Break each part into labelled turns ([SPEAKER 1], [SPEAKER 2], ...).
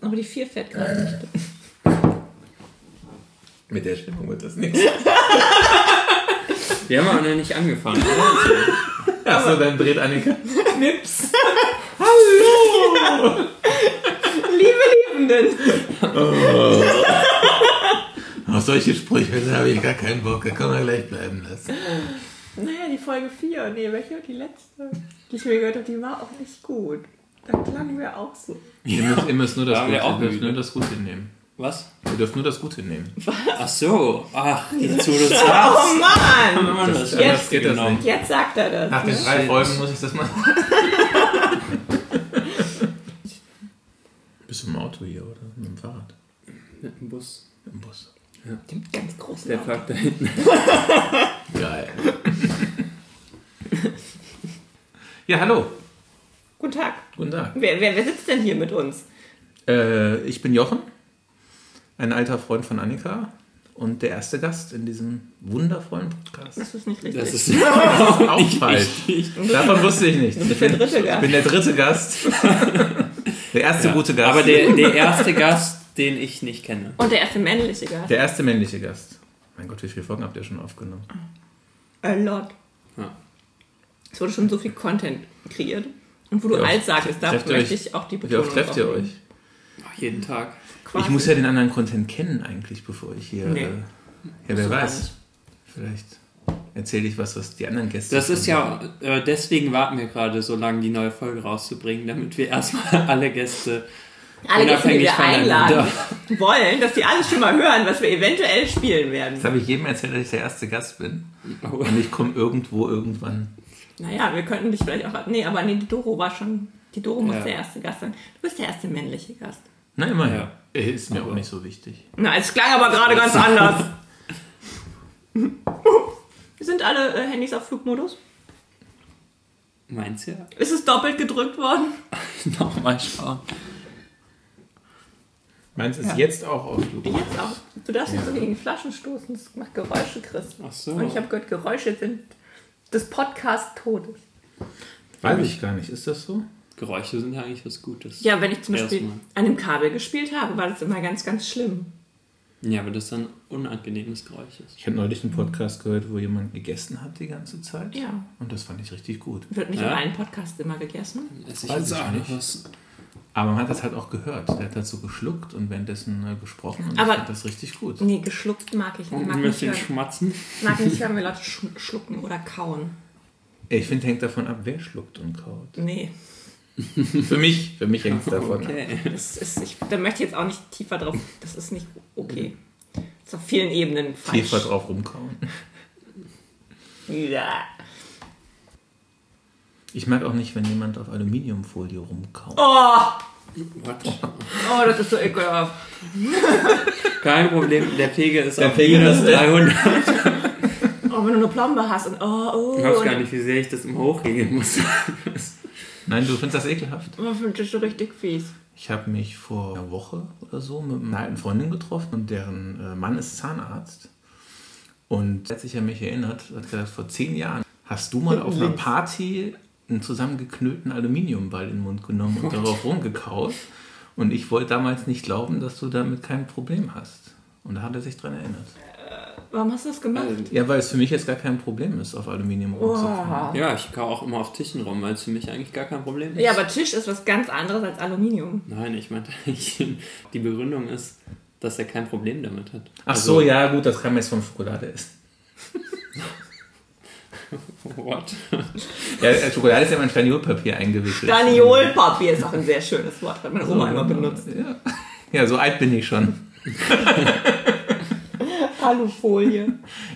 [SPEAKER 1] Aber die 4 fährt gerade nicht.
[SPEAKER 2] Mit der Stimmung wird das nichts.
[SPEAKER 3] Wir haben auch noch nicht angefangen. oder?
[SPEAKER 2] Achso, dann dreht Annika.
[SPEAKER 1] Nips. Hallo! Liebe Liebenden!
[SPEAKER 2] Oh. Auf solche Sprüche habe ich gar keinen Bock, da kann man gleich bleiben lassen.
[SPEAKER 1] Naja, die Folge 4, nee, welche? Die letzte, die ich mir gehört habe, die war auch nicht gut. Da klangen wir auch so.
[SPEAKER 2] Ihr müsst, ihr müsst nur das
[SPEAKER 3] Da haben wir auch
[SPEAKER 2] Gute, ihr dürft
[SPEAKER 3] Mühe.
[SPEAKER 2] nur das Gute nehmen.
[SPEAKER 3] Was?
[SPEAKER 2] Ihr dürft nur das Gute nehmen.
[SPEAKER 3] Ach so. Ach, jetzt wo du sagst.
[SPEAKER 1] Oh Mann!
[SPEAKER 3] Wenn man das
[SPEAKER 2] Jetzt
[SPEAKER 3] ernst
[SPEAKER 2] geht das
[SPEAKER 3] genommen.
[SPEAKER 2] nicht.
[SPEAKER 1] Jetzt sagt er das.
[SPEAKER 2] Nach den drei Folgen muss ich das mal. Bist du im Auto hier oder mit dem Fahrrad?
[SPEAKER 3] Mit dem Bus.
[SPEAKER 2] Im Bus.
[SPEAKER 1] Mit ganz großen
[SPEAKER 3] Der
[SPEAKER 1] Augen.
[SPEAKER 3] parkt da hinten.
[SPEAKER 2] Geil. ja, hallo.
[SPEAKER 1] Guten Tag.
[SPEAKER 2] Guten Tag.
[SPEAKER 1] Wer, wer, wer sitzt denn hier mit uns?
[SPEAKER 2] Äh, ich bin Jochen, ein alter Freund von Annika und der erste Gast in diesem wundervollen Podcast.
[SPEAKER 1] Das ist nicht richtig.
[SPEAKER 3] Das ist
[SPEAKER 2] Auch falsch. Davon wusste ich nichts. Ich
[SPEAKER 1] der
[SPEAKER 2] bin,
[SPEAKER 1] dritte
[SPEAKER 2] ich
[SPEAKER 1] Gast.
[SPEAKER 2] bin der dritte Gast. Der erste gute Gast.
[SPEAKER 3] Aber der, der erste Gast, den ich nicht kenne.
[SPEAKER 1] Und der erste männliche Gast.
[SPEAKER 2] der erste männliche Gast. Mein Gott, wie viele Folgen habt ihr schon aufgenommen?
[SPEAKER 1] A lot.
[SPEAKER 3] Ja.
[SPEAKER 1] Es wurde schon so viel Content kreiert. Und wo du
[SPEAKER 2] Wie oft
[SPEAKER 1] alt sagst, da
[SPEAKER 2] trefft ihr
[SPEAKER 1] möchte
[SPEAKER 2] euch?
[SPEAKER 1] ich auch die
[SPEAKER 2] Wie
[SPEAKER 1] Betonung
[SPEAKER 2] oft trefft ihr
[SPEAKER 1] drauf
[SPEAKER 2] euch?
[SPEAKER 1] legen.
[SPEAKER 3] Ach, jeden Tag.
[SPEAKER 2] Ich
[SPEAKER 1] Quasi.
[SPEAKER 2] muss halt ja den anderen Content kennen eigentlich, bevor ich hier...
[SPEAKER 1] Nee.
[SPEAKER 2] Äh, ja, wer
[SPEAKER 1] So
[SPEAKER 2] weiß.
[SPEAKER 1] nicht.
[SPEAKER 2] Vielleicht erzähle ich was, was die anderen Gäste...
[SPEAKER 3] Das
[SPEAKER 2] schon
[SPEAKER 3] ist ja, äh, deswegen warten wir gerade so lange, die neue Folge rauszubringen, damit wir erstmal alle Gäste
[SPEAKER 1] Alle Gäste, die
[SPEAKER 3] unabhängig
[SPEAKER 1] wir
[SPEAKER 3] voneinander-
[SPEAKER 1] einladen wollen, dass die alle schon mal hören, was wir eventuell spielen werden.
[SPEAKER 2] Das habe ich jedem erzählt, dass ich der erste Gast bin.
[SPEAKER 3] Oh.
[SPEAKER 2] Und ich komme irgendwo irgendwann.
[SPEAKER 1] Naja, wir könnten dich vielleicht auch. Nee, aber nee, die Doro war schon. Die Doro muss
[SPEAKER 3] Ja.
[SPEAKER 1] der erste Gast sein. Du bist der erste männliche Gast.
[SPEAKER 2] Na, immerhin.
[SPEAKER 3] Ja.
[SPEAKER 2] Äh, Ist mir auch nicht so wichtig.
[SPEAKER 1] Na, es klang aber gerade ganz anders. Sind alle äh, Handys auf Flugmodus?
[SPEAKER 3] Meinst du?
[SPEAKER 1] Ist es doppelt gedrückt worden?
[SPEAKER 3] Nochmal schauen.
[SPEAKER 2] Meins ist jetzt auch auf Flug.
[SPEAKER 1] Jetzt auch. Du darfst jetzt so gegen die Flaschen stoßen. Das macht Geräusche, Chris.
[SPEAKER 3] Ach so.
[SPEAKER 1] Und ich habe gehört, Geräusche sind des Podcast-Todes.
[SPEAKER 2] Weiß ich gar nicht. Ist das so?
[SPEAKER 3] Geräusche sind eigentlich was Gutes.
[SPEAKER 1] Ja, wenn ich zum Beispiel
[SPEAKER 3] Erstmal.
[SPEAKER 1] an dem Kabel gespielt habe, war das immer ganz, ganz schlimm.
[SPEAKER 3] Ja, aber das ist dann ein unangenehmes Geräusch. Ist.
[SPEAKER 2] Ich habe neulich einen Podcast gehört, wo jemand gegessen hat die ganze Zeit.
[SPEAKER 1] Ja.
[SPEAKER 2] Und das fand ich richtig gut.
[SPEAKER 1] Wird nicht
[SPEAKER 3] Ja?
[SPEAKER 1] in allen Podcasts immer gegessen.
[SPEAKER 3] Esse ich
[SPEAKER 2] Weiß
[SPEAKER 3] jetzt
[SPEAKER 2] ich
[SPEAKER 3] auch
[SPEAKER 2] nicht.
[SPEAKER 3] noch was.
[SPEAKER 2] Aber man hat das halt auch gehört. Der hat dazu geschluckt und währenddessen äh, gesprochen. Und
[SPEAKER 1] Aber-
[SPEAKER 2] ich fand das richtig gut.
[SPEAKER 1] Nee, geschluckt mag ich nicht.
[SPEAKER 3] Und
[SPEAKER 1] Mag
[SPEAKER 3] ein
[SPEAKER 1] nicht
[SPEAKER 3] bisschen
[SPEAKER 1] hören,
[SPEAKER 3] schmatzen.
[SPEAKER 1] mag nicht hören wenn Leute sch schlucken oder kauen.
[SPEAKER 2] Ich finde, hängt davon ab, wer schluckt und kaut.
[SPEAKER 1] Nee, Äh,
[SPEAKER 2] Für mich, für mich hängt es davon ab.
[SPEAKER 3] Okay.
[SPEAKER 1] das ist, ich, da möchte ich jetzt auch nicht tiefer drauf. Das ist nicht okay. Das ist auf vielen Ebenen falsch.
[SPEAKER 2] Tiefer drauf rumkauen.
[SPEAKER 1] Ja.
[SPEAKER 2] Ich mag auch nicht, wenn jemand auf Aluminiumfolie rumkaut.
[SPEAKER 1] Oh,
[SPEAKER 3] What?
[SPEAKER 1] oh, das ist so ekelhaft.
[SPEAKER 3] Kein Problem, der Pegel ist
[SPEAKER 2] Der
[SPEAKER 3] auf
[SPEAKER 2] Pegel
[SPEAKER 3] minus
[SPEAKER 2] ist-
[SPEAKER 3] 300.
[SPEAKER 1] Oh, wenn du eine Plombe hast und oh, oh.
[SPEAKER 3] Ich weiß gar
[SPEAKER 1] und-
[SPEAKER 3] nicht, wie sehr ich das immer hochregeln muss.
[SPEAKER 2] Nein, du findest das ekelhaft?
[SPEAKER 1] Oh, ich finde das so richtig fies.
[SPEAKER 2] Ich habe mich vor einer Woche oder so mit einer alten Freundin getroffen und deren äh, Mann ist Zahnarzt. Und als ich an mich erinnert, hat gesagt, vor zehn Jahren hast du mal auf einer Party einen zusammengeknüllten Aluminiumball in den Mund genommen und darauf rumgekaut. Und ich wollte damals nicht glauben, dass du damit kein Problem hast. Und da hat er sich dran erinnert.
[SPEAKER 1] Warum hast du das gemacht?
[SPEAKER 3] Also,
[SPEAKER 2] Ja, weil es für mich jetzt gar kein Problem ist, auf Aluminium rumzukommen.
[SPEAKER 3] Ja, ich kau auch immer auf Tischen rum, weil es für mich eigentlich gar kein Problem ist.
[SPEAKER 1] Ja, aber Tisch ist was ganz anderes als Aluminium.
[SPEAKER 3] Nein, ich meinte eigentlich, die Begründung ist, dass er kein Problem damit hat. Also,
[SPEAKER 2] Ach so, ja, gut, das kann man jetzt von Schokolade essen.
[SPEAKER 3] What?
[SPEAKER 2] Ja, äh, Schokolade ist ja immer in Staniolpapier eingewickelt.
[SPEAKER 1] Daniolpapier ist auch ein sehr schönes Wort, hat meine Oma immer benutzt.
[SPEAKER 2] Ja. ja, so alt bin ich schon.
[SPEAKER 1] Alufolie.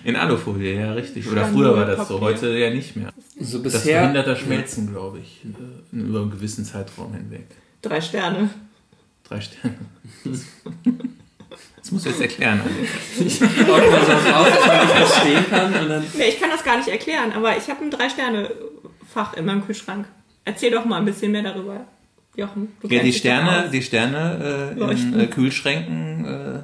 [SPEAKER 2] In Alufolie, ja, richtig. Oder früher war das so,
[SPEAKER 1] Papier.
[SPEAKER 2] heute ja nicht mehr.
[SPEAKER 3] So
[SPEAKER 2] Das
[SPEAKER 3] bisher.
[SPEAKER 2] verhindert das Schmelzen, glaube ich, äh, über einen gewissen Zeitraum hinweg.
[SPEAKER 1] Drei Sterne.
[SPEAKER 2] Drei Sterne. Das musst du jetzt erklären. Alex.
[SPEAKER 3] Ich baue mal so was aus, dass man nicht verstehen kann und dann.
[SPEAKER 1] Nee, ich kann das gar nicht erklären, aber ich habe ein Drei-Sterne-Fach in meinem Kühlschrank. Erzähl doch mal ein bisschen mehr darüber, Jochen. Du
[SPEAKER 2] Ja,
[SPEAKER 1] kennst
[SPEAKER 2] die
[SPEAKER 1] dich
[SPEAKER 2] Sterne,
[SPEAKER 1] da
[SPEAKER 2] die Sterne äh, in
[SPEAKER 1] Leuchten.
[SPEAKER 2] äh, Kühlschränken äh,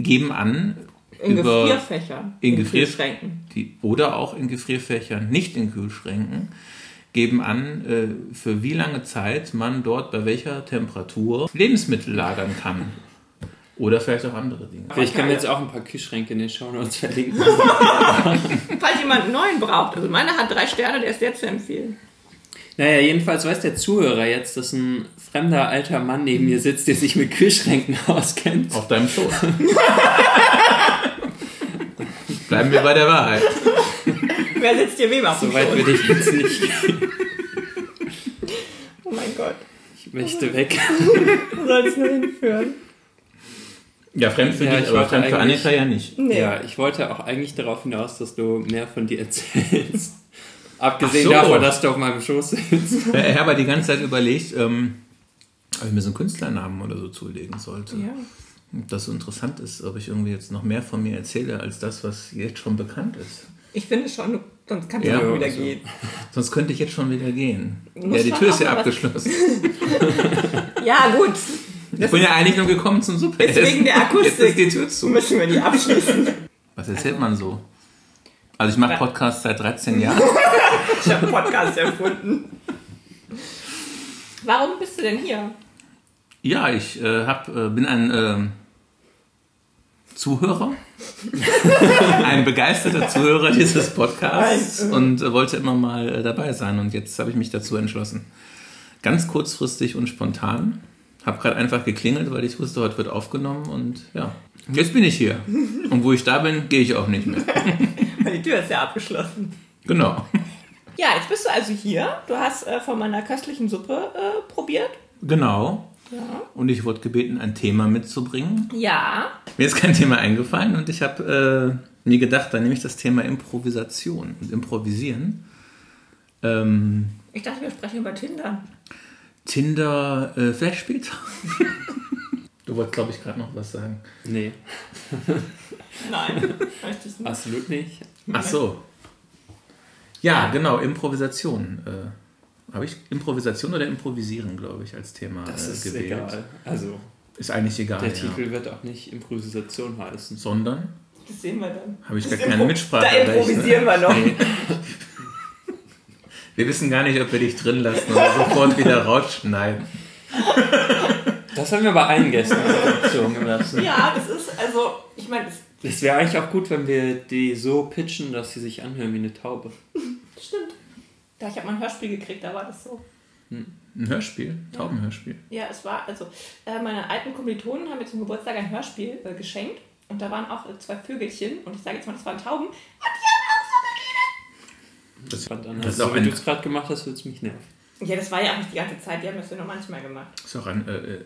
[SPEAKER 2] geben an,
[SPEAKER 1] aus. in
[SPEAKER 2] über-
[SPEAKER 1] Gefrierfächern.
[SPEAKER 2] in Gefrier-
[SPEAKER 1] Kühlschränken.
[SPEAKER 2] die, oder auch in Gefrierfächern, nicht in Kühlschränken, geben an, äh, für wie lange Zeit man dort bei welcher Temperatur Lebensmittel lagern kann. Oder vielleicht auch andere Dinge.
[SPEAKER 3] Vielleicht können wir jetzt auch ein paar Kühlschränke in den Shownotes verlinken.
[SPEAKER 1] Falls jemand einen neuen braucht. Also meiner hat drei Sterne, der ist sehr zu empfehlen.
[SPEAKER 3] Naja, jedenfalls weiß der Zuhörer jetzt, dass ein fremder alter Mann neben mir sitzt, der sich mit Kühlschränken auskennt.
[SPEAKER 2] Auf deinem Schoß. Bleiben wir bei der Wahrheit.
[SPEAKER 1] Wer sitzt hier wem auf dem
[SPEAKER 3] Soweit
[SPEAKER 1] Schoß?
[SPEAKER 3] würde ich jetzt nicht.
[SPEAKER 1] Oh mein Gott.
[SPEAKER 3] Ich möchte weg.
[SPEAKER 1] Wo soll es nur hinführen?
[SPEAKER 2] Ja, fremd für
[SPEAKER 3] Ja,
[SPEAKER 2] dich,
[SPEAKER 3] ich
[SPEAKER 2] aber
[SPEAKER 3] wollte
[SPEAKER 2] fremd für
[SPEAKER 3] eigentlich-
[SPEAKER 2] Annika ja nicht.
[SPEAKER 1] Nee.
[SPEAKER 3] Ja, ich wollte auch eigentlich darauf hinaus, dass du mehr von dir erzählst. Abgesehen
[SPEAKER 2] Ach so.
[SPEAKER 3] davon, dass du auf meinem Schoß sitzt.
[SPEAKER 2] Ja, Ich habe die ganze Zeit überlegt, ähm, ob ich mir so einen Künstlernamen oder so zulegen sollte.
[SPEAKER 1] Ja.
[SPEAKER 2] Ob das so interessant ist, ob ich irgendwie jetzt noch mehr von mir erzähle, als das, was jetzt schon bekannt ist.
[SPEAKER 1] Ich finde schon, sonst kann es
[SPEAKER 2] Ja,
[SPEAKER 1] auch wieder
[SPEAKER 3] also.
[SPEAKER 1] gehen.
[SPEAKER 2] Sonst könnte ich jetzt schon wieder gehen.
[SPEAKER 1] Muss
[SPEAKER 2] Ja, die
[SPEAKER 1] man
[SPEAKER 2] Tür ist ja
[SPEAKER 1] auch mal was-
[SPEAKER 2] abgeschlossen.
[SPEAKER 1] Ja, gut.
[SPEAKER 2] Ich bin ja eigentlich nur gekommen zum Suppe. essen.
[SPEAKER 1] Deswegen der Akustik.
[SPEAKER 2] Jetzt ist die Tür zu.
[SPEAKER 1] Müssen wir die abschließen.
[SPEAKER 2] Was erzählt man so? Also ich mache Podcasts seit 13 Jahren.
[SPEAKER 1] Ich habe Podcast erfunden. Warum bist du denn hier?
[SPEAKER 2] Ja, ich äh, hab, äh, bin ein ähm, Zuhörer, ein begeisterter Zuhörer dieses Podcasts und äh, wollte immer mal äh, dabei sein. Und jetzt habe ich mich dazu entschlossen. Ganz kurzfristig und spontan. Hab gerade einfach geklingelt, weil ich wusste, heute wird aufgenommen und ja. Jetzt bin ich hier. Und wo ich da bin, gehe ich auch nicht mehr.
[SPEAKER 1] Weil die Tür ist ja abgeschlossen.
[SPEAKER 2] Genau.
[SPEAKER 1] Ja, jetzt bist du also hier. Du hast äh, von meiner köstlichen Suppe äh, probiert.
[SPEAKER 2] Genau.
[SPEAKER 1] Ja.
[SPEAKER 2] Und ich wurde gebeten, ein Thema mitzubringen.
[SPEAKER 1] Ja.
[SPEAKER 2] Mir ist kein Thema eingefallen und ich habe äh, mir gedacht, dann nehme ich das Thema Improvisation und Improvisieren. Ähm,
[SPEAKER 1] Ich dachte, wir sprechen über Tinder.
[SPEAKER 2] Tinder äh, vielleicht später. du wolltest, glaube ich, gerade noch was sagen.
[SPEAKER 3] Nee,
[SPEAKER 1] Nein, möchtest du nicht.
[SPEAKER 3] absolut nicht.
[SPEAKER 2] Ach so. Ja, genau, Improvisation. Äh, habe ich Improvisation oder Improvisieren, glaube ich, als Thema
[SPEAKER 3] Das
[SPEAKER 2] äh,
[SPEAKER 3] ist
[SPEAKER 2] gewählt?
[SPEAKER 3] egal. Also,
[SPEAKER 2] Ist eigentlich egal.
[SPEAKER 3] der
[SPEAKER 2] ja.
[SPEAKER 3] Titel wird auch nicht Improvisation heißen.
[SPEAKER 2] Sondern
[SPEAKER 1] Das sehen wir dann.
[SPEAKER 2] habe Also, ich gar
[SPEAKER 1] Das
[SPEAKER 2] keine
[SPEAKER 1] Impro-
[SPEAKER 2] Mitsprache. ne?
[SPEAKER 1] Da
[SPEAKER 2] weil ich-
[SPEAKER 1] improvisieren wir noch.
[SPEAKER 2] Wir wissen gar nicht, ob wir dich drin lassen oder sofort wieder rausschneiden.
[SPEAKER 3] Das haben wir bei allen Gästen so gelassen.
[SPEAKER 1] Ja, das ist, also, ich meine, das
[SPEAKER 3] Es wäre eigentlich auch gut, wenn wir die so pitchen, dass sie sich anhören wie eine Taube.
[SPEAKER 1] stimmt. Da ich habe mal ein Hörspiel gekriegt, da war das so.
[SPEAKER 2] Ein Hörspiel, Taubenhörspiel.
[SPEAKER 1] Ja, es war, also äh, meine alten Kommilitonen haben mir zum Geburtstag ein Hörspiel äh, geschenkt und da waren auch äh, zwei Vögelchen und ich sage jetzt mal, das waren Tauben. Und die haben
[SPEAKER 2] Das,
[SPEAKER 3] Fand an,
[SPEAKER 2] Das ist
[SPEAKER 3] so
[SPEAKER 2] auch
[SPEAKER 3] wie
[SPEAKER 2] ein-
[SPEAKER 3] du es gerade gemacht hast, würde es mich nerven.
[SPEAKER 1] auch so Ja, das war ja auch nicht die ganze Zeit, die haben das ja nur manchmal gemacht.
[SPEAKER 2] ist auch ein äh, äh,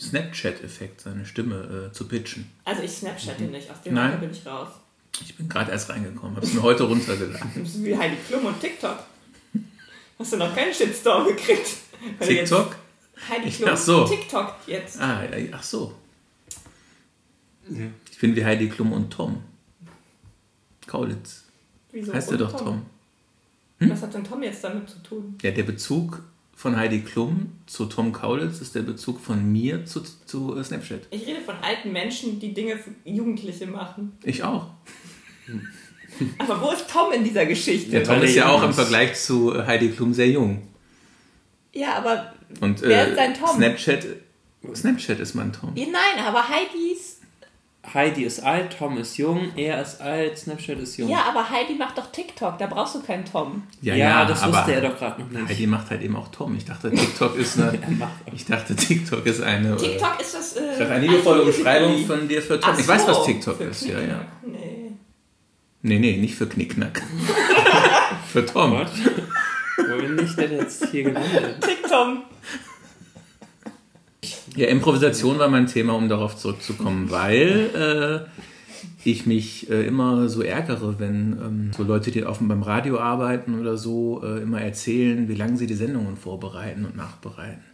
[SPEAKER 2] Snapchat-Effekt, seine Stimme äh, zu pitchen.
[SPEAKER 1] Also ich snapchatte nicht, aus dem
[SPEAKER 2] Mhm. Nein.
[SPEAKER 1] Alter bin ich raus.
[SPEAKER 2] Ich bin gerade erst reingekommen, habe es mir heute runtergeladen.
[SPEAKER 1] Das ist wie Heidi Klum und TikTok. Hast du noch keinen Shitstorm gekriegt? Weil du jetzt-
[SPEAKER 2] TikTok?
[SPEAKER 1] Heidi
[SPEAKER 2] Ich-
[SPEAKER 1] Klum,
[SPEAKER 2] ach so.
[SPEAKER 1] TikTok jetzt.
[SPEAKER 2] Ah, ja, ach so.
[SPEAKER 3] Ja.
[SPEAKER 2] Ich bin wie Heidi Klum und Tom. Kaulitz.
[SPEAKER 1] Wieso?
[SPEAKER 2] Heißt
[SPEAKER 1] Und
[SPEAKER 2] er doch Tom. Hm?
[SPEAKER 1] Was hat denn Tom jetzt damit zu tun?
[SPEAKER 2] Ja, der Bezug von Heidi Klum zu Tom Kaulitz ist der Bezug von mir zu, zu äh, Snapchat.
[SPEAKER 1] Ich rede von alten Menschen, die Dinge für Jugendliche machen.
[SPEAKER 2] Ich auch.
[SPEAKER 1] Aber wo ist Tom in dieser Geschichte?
[SPEAKER 2] Der Tom
[SPEAKER 3] weil
[SPEAKER 2] ist
[SPEAKER 3] der
[SPEAKER 2] ja
[SPEAKER 3] jung
[SPEAKER 2] auch im
[SPEAKER 3] ist.
[SPEAKER 2] Vergleich zu äh, Heidi Klum sehr jung.
[SPEAKER 1] Ja, aber
[SPEAKER 2] Und
[SPEAKER 1] Wer
[SPEAKER 2] äh,
[SPEAKER 1] ist dein Tom?
[SPEAKER 2] Snapchat, Snapchat ist mein Tom.
[SPEAKER 1] Ja, nein, aber Heidis.
[SPEAKER 3] Heidi ist alt, Tom ist jung, er ist alt, Snapchat ist jung.
[SPEAKER 1] Ja, aber Heidi macht doch TikTok, da brauchst du keinen Tom.
[SPEAKER 3] Ja, das wusste er doch gerade noch nicht.
[SPEAKER 2] Heidi macht halt eben auch Tom. Ich dachte, TikTok ist eine. ich dachte, TikTok ist eine. äh,
[SPEAKER 1] TikTok ist das. Äh,
[SPEAKER 2] das ist eine liebevolle
[SPEAKER 1] ein
[SPEAKER 2] Umschreibung
[SPEAKER 1] Musical.ly.
[SPEAKER 2] von dir für Tom.
[SPEAKER 1] Ach
[SPEAKER 2] ich weiß,
[SPEAKER 1] so,
[SPEAKER 2] was TikTok
[SPEAKER 1] für
[SPEAKER 2] ist. Ja, ja.
[SPEAKER 1] Knickknack, Nee.
[SPEAKER 2] Nee, nee, nicht für Knickknack. für Tom.
[SPEAKER 3] Gott. Wo bin ich denn jetzt hier gelandet?
[SPEAKER 1] TikTok.
[SPEAKER 2] Ja, Improvisation war mein Thema, um darauf zurückzukommen, weil äh, ich mich äh, immer so ärgere, wenn ähm, so Leute, die auf, beim Radio arbeiten oder so, äh, immer erzählen, wie lange sie die Sendungen vorbereiten und nachbereiten.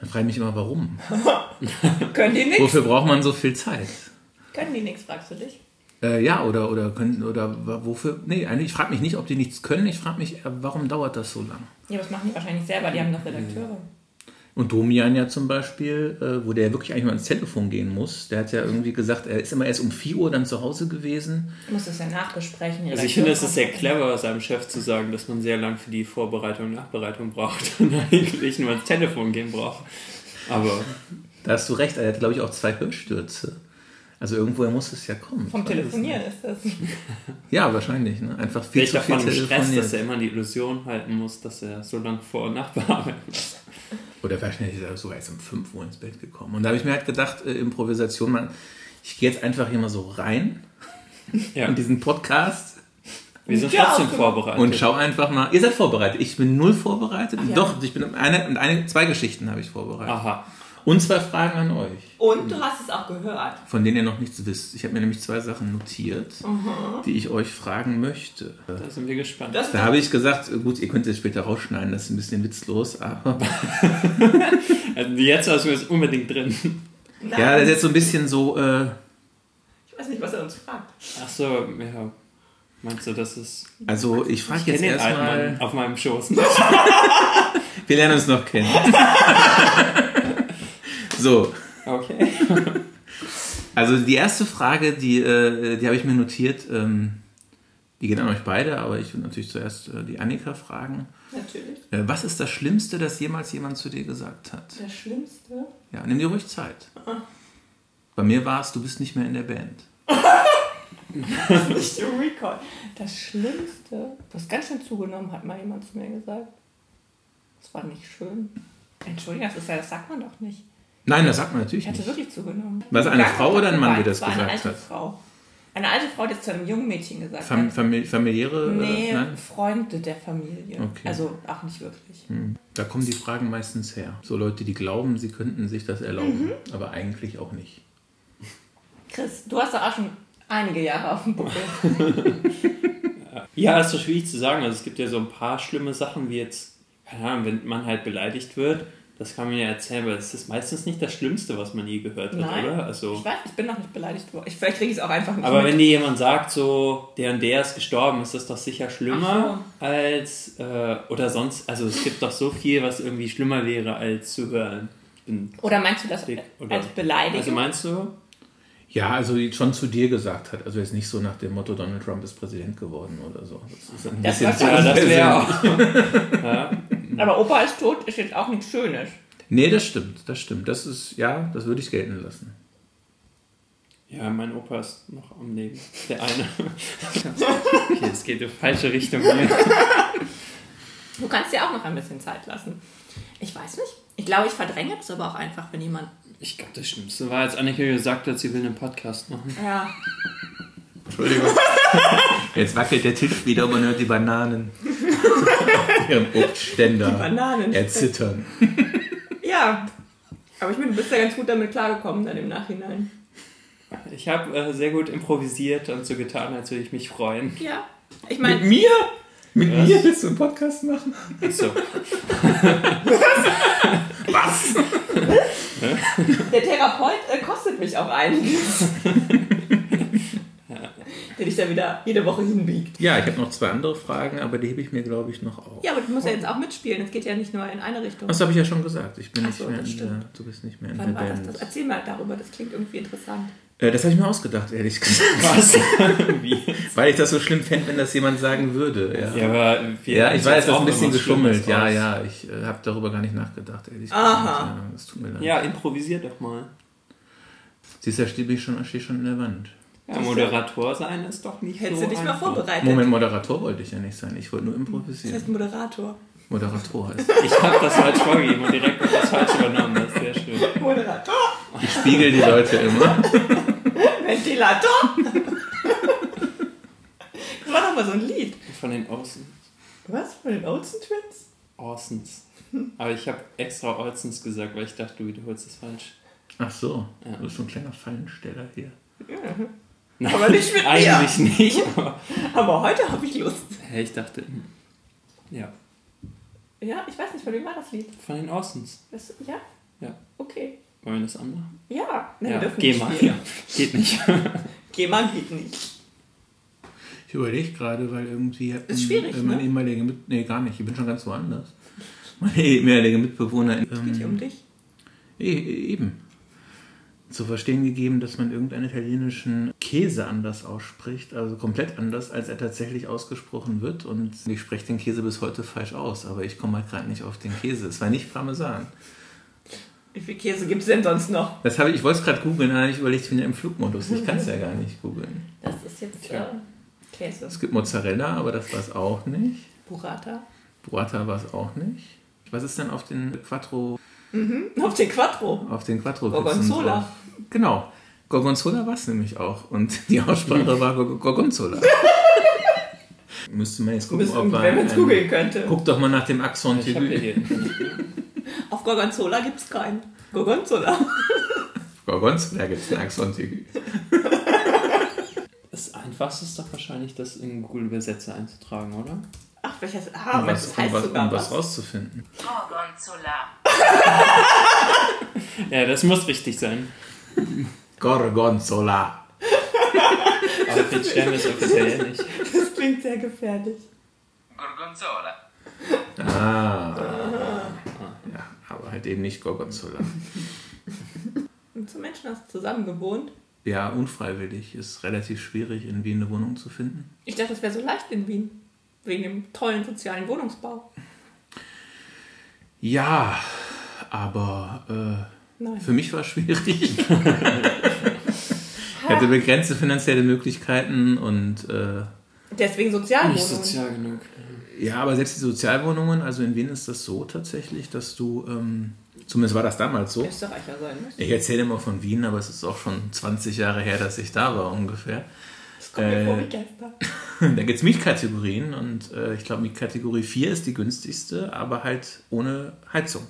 [SPEAKER 2] Dann frage ich mich immer, warum?
[SPEAKER 1] Können die nichts?
[SPEAKER 2] Wofür braucht man so viel Zeit?
[SPEAKER 1] Können die nichts, fragst du dich?
[SPEAKER 2] Äh, ja, oder, oder können, oder wa- wofür? Nee, eigentlich, ich frage mich nicht, ob die nichts können, ich frage mich, äh, warum dauert das so lang?
[SPEAKER 1] Ja, das machen die wahrscheinlich selber, die haben doch Redakteure.
[SPEAKER 2] Und Domian ja zum Beispiel, äh, wo der wirklich eigentlich mal ans Telefon gehen muss, der hat ja irgendwie gesagt, er ist immer erst um 4 Uhr dann zu Hause gewesen.
[SPEAKER 1] Du musst das ja nachbesprechen.
[SPEAKER 3] Also ich finde, es ist sehr clever, seinem Chef zu sagen, dass man sehr lang für die Vorbereitung und Nachbereitung braucht und eigentlich nur ans Telefon gehen braucht. Aber
[SPEAKER 2] Da hast du recht, er hat glaube ich auch zwei Hirnstürze. Also irgendwoher muss es ja kommen.
[SPEAKER 1] Vom
[SPEAKER 2] Ich weiß es
[SPEAKER 1] Telefonieren
[SPEAKER 2] nicht.
[SPEAKER 1] ist das.
[SPEAKER 2] Ja, wahrscheinlich. Ne? Einfach viel
[SPEAKER 3] vielleicht
[SPEAKER 2] zu viel
[SPEAKER 3] davon im Stress, dass
[SPEAKER 2] telefoniert.
[SPEAKER 3] er immer die Illusion halten muss, dass er so lange vor- und nachbearbeiten muss.
[SPEAKER 2] Oder wahrscheinlich ist er sogar erst um 5 Uhr ins Bett gekommen. Und da habe ich mir halt gedacht, äh, Improvisation, man, ich gehe jetzt einfach hier mal so rein
[SPEAKER 3] Ja,
[SPEAKER 2] in diesen Podcast
[SPEAKER 3] wir sind
[SPEAKER 1] Ja,
[SPEAKER 3] trotzdem
[SPEAKER 1] auch so.
[SPEAKER 3] vorbereitet.
[SPEAKER 2] und schau einfach mal. Ihr seid vorbereitet. Ich bin null vorbereitet.
[SPEAKER 1] ja.
[SPEAKER 2] Doch, ich bin eine, und eine, zwei Geschichten habe ich vorbereitet.
[SPEAKER 3] Aha.
[SPEAKER 2] Und zwei Fragen an euch,
[SPEAKER 1] Und du hast es auch gehört.
[SPEAKER 2] von denen ihr noch nichts wisst. Ich habe mir nämlich zwei Sachen notiert, die ich euch fragen möchte.
[SPEAKER 3] Da sind wir gespannt.
[SPEAKER 1] Das
[SPEAKER 2] Da habe ich gesagt, gut, ihr könnt es später rausschneiden, das ist ein bisschen witzlos, aber
[SPEAKER 3] Also jetzt lassen wir es unbedingt drin.
[SPEAKER 1] Nein.
[SPEAKER 2] ja, das ist jetzt so ein bisschen so, äh,
[SPEAKER 1] Ich weiß nicht, was er uns fragt.
[SPEAKER 3] Achso, ja. Meinst du, das ist.
[SPEAKER 2] also ich frage
[SPEAKER 3] Ich
[SPEAKER 2] jetzt
[SPEAKER 3] kenn den alten Mann
[SPEAKER 2] erstmal,
[SPEAKER 3] auf meinem Schoß.
[SPEAKER 2] wir lernen uns noch kennen. so,
[SPEAKER 3] Okay.
[SPEAKER 2] also die erste Frage, die, äh, die habe ich mir notiert, ähm, die geht an euch beide, aber ich will natürlich zuerst äh, die Annika fragen.
[SPEAKER 1] Natürlich.
[SPEAKER 2] Äh, was ist das Schlimmste, das jemals jemand zu dir gesagt hat?
[SPEAKER 1] Das Schlimmste.
[SPEAKER 2] Ja, nimm dir ruhig Zeit. Bei mir war es, du bist nicht mehr in der Band.
[SPEAKER 1] Nicht im Recall. Das Schlimmste, was ganz schön zugenommen hat, mal jemand zu mir gesagt. Das war nicht schön. Entschuldigung, das ist ja, das sagt man doch nicht.
[SPEAKER 2] Nein, das sagt man natürlich
[SPEAKER 1] Ich hatte
[SPEAKER 2] nicht.
[SPEAKER 1] wirklich zugenommen.
[SPEAKER 2] War es eine
[SPEAKER 1] Gar-
[SPEAKER 2] Frau oder ein Mann, die
[SPEAKER 1] Nein,
[SPEAKER 2] das
[SPEAKER 1] es war eine
[SPEAKER 2] gesagt
[SPEAKER 1] alte
[SPEAKER 2] hat?
[SPEAKER 1] Frau. Eine alte Frau, die es zu einem jungen Mädchen gesagt
[SPEAKER 2] Fam
[SPEAKER 1] hat.
[SPEAKER 2] famili familiäre?
[SPEAKER 1] Nee,
[SPEAKER 2] Äh, nein?
[SPEAKER 1] Freunde der Familie.
[SPEAKER 2] Okay.
[SPEAKER 1] Also auch nicht wirklich.
[SPEAKER 2] Hm. Da kommen die Fragen meistens her. So Leute, die glauben, sie könnten sich das erlauben,
[SPEAKER 1] Mhm.
[SPEAKER 2] aber eigentlich auch nicht.
[SPEAKER 1] Chris, du hast doch auch schon einige Jahre auf dem Buckel.
[SPEAKER 3] Ja, ist so schwierig zu sagen. Also es gibt ja so ein paar schlimme Sachen, wie jetzt, keine Ahnung, wenn man halt beleidigt wird, das kann man ja erzählen, weil das ist meistens nicht das Schlimmste, was man je gehört hat,
[SPEAKER 1] Nein.
[SPEAKER 3] oder?
[SPEAKER 1] Ich
[SPEAKER 3] Also.
[SPEAKER 1] weiß, ich bin noch nicht beleidigt worden. Ich, vielleicht kriege ich es auch einfach nicht
[SPEAKER 3] Aber
[SPEAKER 1] mit.
[SPEAKER 3] wenn dir jemand sagt, so, der und der ist gestorben, ist das doch sicher schlimmer
[SPEAKER 1] Ach
[SPEAKER 3] als, äh, oder sonst, also es gibt doch so viel, was irgendwie schlimmer wäre, als zu hören. Ich bin
[SPEAKER 1] Oder meinst du das
[SPEAKER 3] dick, oder?
[SPEAKER 1] als Beleidigung?
[SPEAKER 3] Also meinst du?
[SPEAKER 2] Ja, also die schon zu dir gesagt hat. Also jetzt nicht so nach dem Motto, Donald Trump ist Präsident geworden oder so. Das ist ein
[SPEAKER 1] Das
[SPEAKER 2] bisschen
[SPEAKER 1] war
[SPEAKER 2] zu
[SPEAKER 1] klar,
[SPEAKER 3] Ja, das wäre
[SPEAKER 2] unpersönlich.
[SPEAKER 3] auch.
[SPEAKER 1] Aber Opa ist tot, ist jetzt auch nichts Schönes.
[SPEAKER 2] Nee, das stimmt, das stimmt. Das ist, ja, das würde ich gelten lassen.
[SPEAKER 3] Ja, mein Opa ist noch am Leben. Der eine. okay, es geht in die falsche Richtung hier.
[SPEAKER 1] Du kannst dir auch noch ein bisschen Zeit lassen. Ich weiß nicht. Ich glaube, ich verdränge das aber auch einfach, wenn jemand.
[SPEAKER 3] Ich glaube, das Schlimmste war, als Annika gesagt hat, sie will einen Podcast machen.
[SPEAKER 1] Ja.
[SPEAKER 2] Entschuldigung. Jetzt wackelt der Tisch wieder und man hört die Bananen. Ihrem Obstständer. Die
[SPEAKER 1] Bananen.
[SPEAKER 2] Erzittern.
[SPEAKER 1] Ja. Aber ich meine, du bist ja ganz gut damit klargekommen dann im Nachhinein.
[SPEAKER 3] Ich habe äh, sehr gut improvisiert und so getan, als würde ich mich freuen.
[SPEAKER 1] Ja. Ich
[SPEAKER 2] Mit
[SPEAKER 1] meine,
[SPEAKER 2] mir? Mit
[SPEAKER 3] Was?
[SPEAKER 2] mir willst du einen Podcast machen?
[SPEAKER 3] So.
[SPEAKER 2] Was?
[SPEAKER 1] der Therapeut äh, kostet mich auch einiges. Der dich dann wieder jede Woche hinbiegt.
[SPEAKER 2] Ja, ich habe noch zwei andere Fragen, aber die hebe ich mir, glaube ich, noch auf.
[SPEAKER 1] Ja, aber du musst ja jetzt auch mitspielen. Es geht ja nicht nur in eine Richtung.
[SPEAKER 2] Das habe ich ja schon gesagt. Ich bin
[SPEAKER 1] Ach
[SPEAKER 2] nicht
[SPEAKER 1] so,
[SPEAKER 2] mehr
[SPEAKER 1] das
[SPEAKER 2] in der,
[SPEAKER 1] stimmt.
[SPEAKER 2] du bist nicht mehr in
[SPEAKER 1] Wann
[SPEAKER 2] der
[SPEAKER 1] war das,
[SPEAKER 2] Band.
[SPEAKER 1] das? Erzähl mal darüber, das klingt irgendwie interessant.
[SPEAKER 2] äh, das habe ich mir ausgedacht, ehrlich gesagt.
[SPEAKER 3] Was? Wie?
[SPEAKER 2] Weil ich das so schlimm fände, wenn das jemand sagen würde. Ja,
[SPEAKER 3] Ja, aber wir
[SPEAKER 2] Ja, ich weiß, das ist
[SPEAKER 3] auch
[SPEAKER 2] ein bisschen
[SPEAKER 3] immer Schlimmes
[SPEAKER 2] geschummelt. Ja,
[SPEAKER 3] raus.
[SPEAKER 2] ja, ich äh, habe darüber gar nicht nachgedacht, ehrlich gesagt.
[SPEAKER 1] Aha.
[SPEAKER 2] Ja, das tut mir leid.
[SPEAKER 3] Ja, improvisier doch mal.
[SPEAKER 2] Siehst du, da stehe ich schon, stehe schon in der Wand.
[SPEAKER 3] Ja, Moderator sein ist doch nicht
[SPEAKER 1] Hättest
[SPEAKER 3] so
[SPEAKER 1] du dich mal
[SPEAKER 3] einfach.
[SPEAKER 1] vorbereitet.
[SPEAKER 2] Moment, Moderator wollte ich ja nicht sein. Ich wollte nur
[SPEAKER 1] Das heißt
[SPEAKER 2] improvisieren.
[SPEAKER 1] Moderator.
[SPEAKER 2] Moderator heißt.
[SPEAKER 3] Ich habe das falsch vorgegeben und direkt das falsch übernommen. Das ist sehr schön.
[SPEAKER 1] Moderator.
[SPEAKER 2] Ich spiegel die Leute immer.
[SPEAKER 1] Ventilator. Das war doch mal so ein Lied.
[SPEAKER 3] Von den Außen.
[SPEAKER 1] Was? Von den Olsen Twins?
[SPEAKER 3] Orsons. Aber ich habe extra Orsons gesagt, weil ich dachte, du wiederholst es falsch.
[SPEAKER 2] Ach so,
[SPEAKER 3] Ja.
[SPEAKER 2] du bist so ein kleiner Fallensteller hier.
[SPEAKER 3] Nein,
[SPEAKER 1] Aber nicht mit mir.
[SPEAKER 3] Eigentlich nicht, aber
[SPEAKER 1] Aber heute habe ich Lust.
[SPEAKER 3] hey, ich dachte, hm. ja,
[SPEAKER 1] Ja, ich weiß nicht, von wem war das Lied?
[SPEAKER 3] von den Orsons.
[SPEAKER 1] Das, ja?
[SPEAKER 3] Ja.
[SPEAKER 1] Okay.
[SPEAKER 3] Wollen wir das anmachen?
[SPEAKER 1] Ja. Nein, wir
[SPEAKER 3] Ja,
[SPEAKER 1] dürfen
[SPEAKER 3] geh
[SPEAKER 1] nicht
[SPEAKER 3] mal.
[SPEAKER 1] spielen.
[SPEAKER 3] Ja, geht nicht.
[SPEAKER 1] Geh mal geht nicht.
[SPEAKER 2] Ich überlege gerade, weil irgendwie hat äh,
[SPEAKER 1] Ist schwierig,
[SPEAKER 2] mein
[SPEAKER 1] ne?
[SPEAKER 2] ehemaliger mit Nee, gar nicht. Ich bin schon ganz woanders. meine mehrjährige Mitbewohnerin.
[SPEAKER 1] Es geht hier um dich.
[SPEAKER 2] E eben. Zu verstehen gegeben, dass man irgendeinen italienischen Käse anders ausspricht, also komplett anders, als er tatsächlich ausgesprochen wird. Und ich spreche den Käse bis heute falsch aus, aber ich komme halt gerade nicht auf den Käse. Es war nicht Parmesan.
[SPEAKER 1] Wie viel Käse gibt es denn sonst noch?
[SPEAKER 2] Das habe ich, ich wollte es gerade googeln, dann habe ich überlegt, ich bin ja im Flugmodus. Ich kann es ja gar nicht googeln.
[SPEAKER 1] Das ist jetzt äh,
[SPEAKER 3] Tja.
[SPEAKER 1] Käse.
[SPEAKER 2] Es gibt Mozzarella, aber das war es auch nicht.
[SPEAKER 1] Burrata.
[SPEAKER 2] Burrata war es auch nicht. Was ist denn auf den Quattro,
[SPEAKER 1] Auf den Quattro.
[SPEAKER 2] auf den Quattro
[SPEAKER 1] Gorgonzola.
[SPEAKER 2] Genau. Gorgonzola war es nämlich auch. Und die Aussprache war Gor- Gorgonzola. Müsste man jetzt gucken,
[SPEAKER 1] Müssen,
[SPEAKER 2] ob
[SPEAKER 1] wenn
[SPEAKER 2] man.
[SPEAKER 1] man es googeln könnte.
[SPEAKER 2] Guck doch mal nach dem Axon
[SPEAKER 3] Ich habe ja hier.
[SPEAKER 1] Auf Gorgonzola gibt es keinen. Gorgonzola.
[SPEAKER 2] Gorgonzola gibt es einen Axon Tigü.
[SPEAKER 3] Das Einfachste ist doch wahrscheinlich, das in Google Übersetzer einzutragen, oder?
[SPEAKER 1] Ach, welches. Ah,
[SPEAKER 2] um
[SPEAKER 1] das
[SPEAKER 2] was, um
[SPEAKER 1] heißt
[SPEAKER 2] was, um
[SPEAKER 1] sogar was.
[SPEAKER 2] was rauszufinden.
[SPEAKER 4] Gorgonzola.
[SPEAKER 3] Ja, das muss richtig sein.
[SPEAKER 2] Gorgonzola.
[SPEAKER 3] Aber den Stern ist offiziell ja nicht.
[SPEAKER 1] Das klingt sehr gefährlich.
[SPEAKER 4] Gorgonzola.
[SPEAKER 2] Ah. Ja, aber halt eben nicht Gorgonzola.
[SPEAKER 1] Und zum Menschen hast du zusammen gewohnt.
[SPEAKER 2] Ja, unfreiwillig. Ist relativ schwierig, in Wien eine Wohnung zu finden.
[SPEAKER 1] Ich dachte, das wäre so leicht in Wien. Wegen dem tollen sozialen Wohnungsbau.
[SPEAKER 2] Ja, aber äh,
[SPEAKER 1] Nein.
[SPEAKER 2] für mich war es schwierig. ich hatte begrenzte finanzielle Möglichkeiten und äh,
[SPEAKER 1] Deswegen Sozialwohnungen.
[SPEAKER 3] Nicht sozial genug.
[SPEAKER 2] ja, aber selbst die Sozialwohnungen, also in Wien ist das so tatsächlich, dass du, ähm, zumindest war das damals so.
[SPEAKER 1] Österreicher sein muss.
[SPEAKER 2] Ich erzähle immer von Wien, aber es ist auch schon 20 Jahre her, dass ich da war ungefähr.
[SPEAKER 1] Das kommt mir
[SPEAKER 2] Äh,
[SPEAKER 1] vor wie gestern.
[SPEAKER 2] Da gibt es Mietkategorien und äh, ich glaube, Mietkategorie 4 ist die günstigste, aber halt ohne Heizung.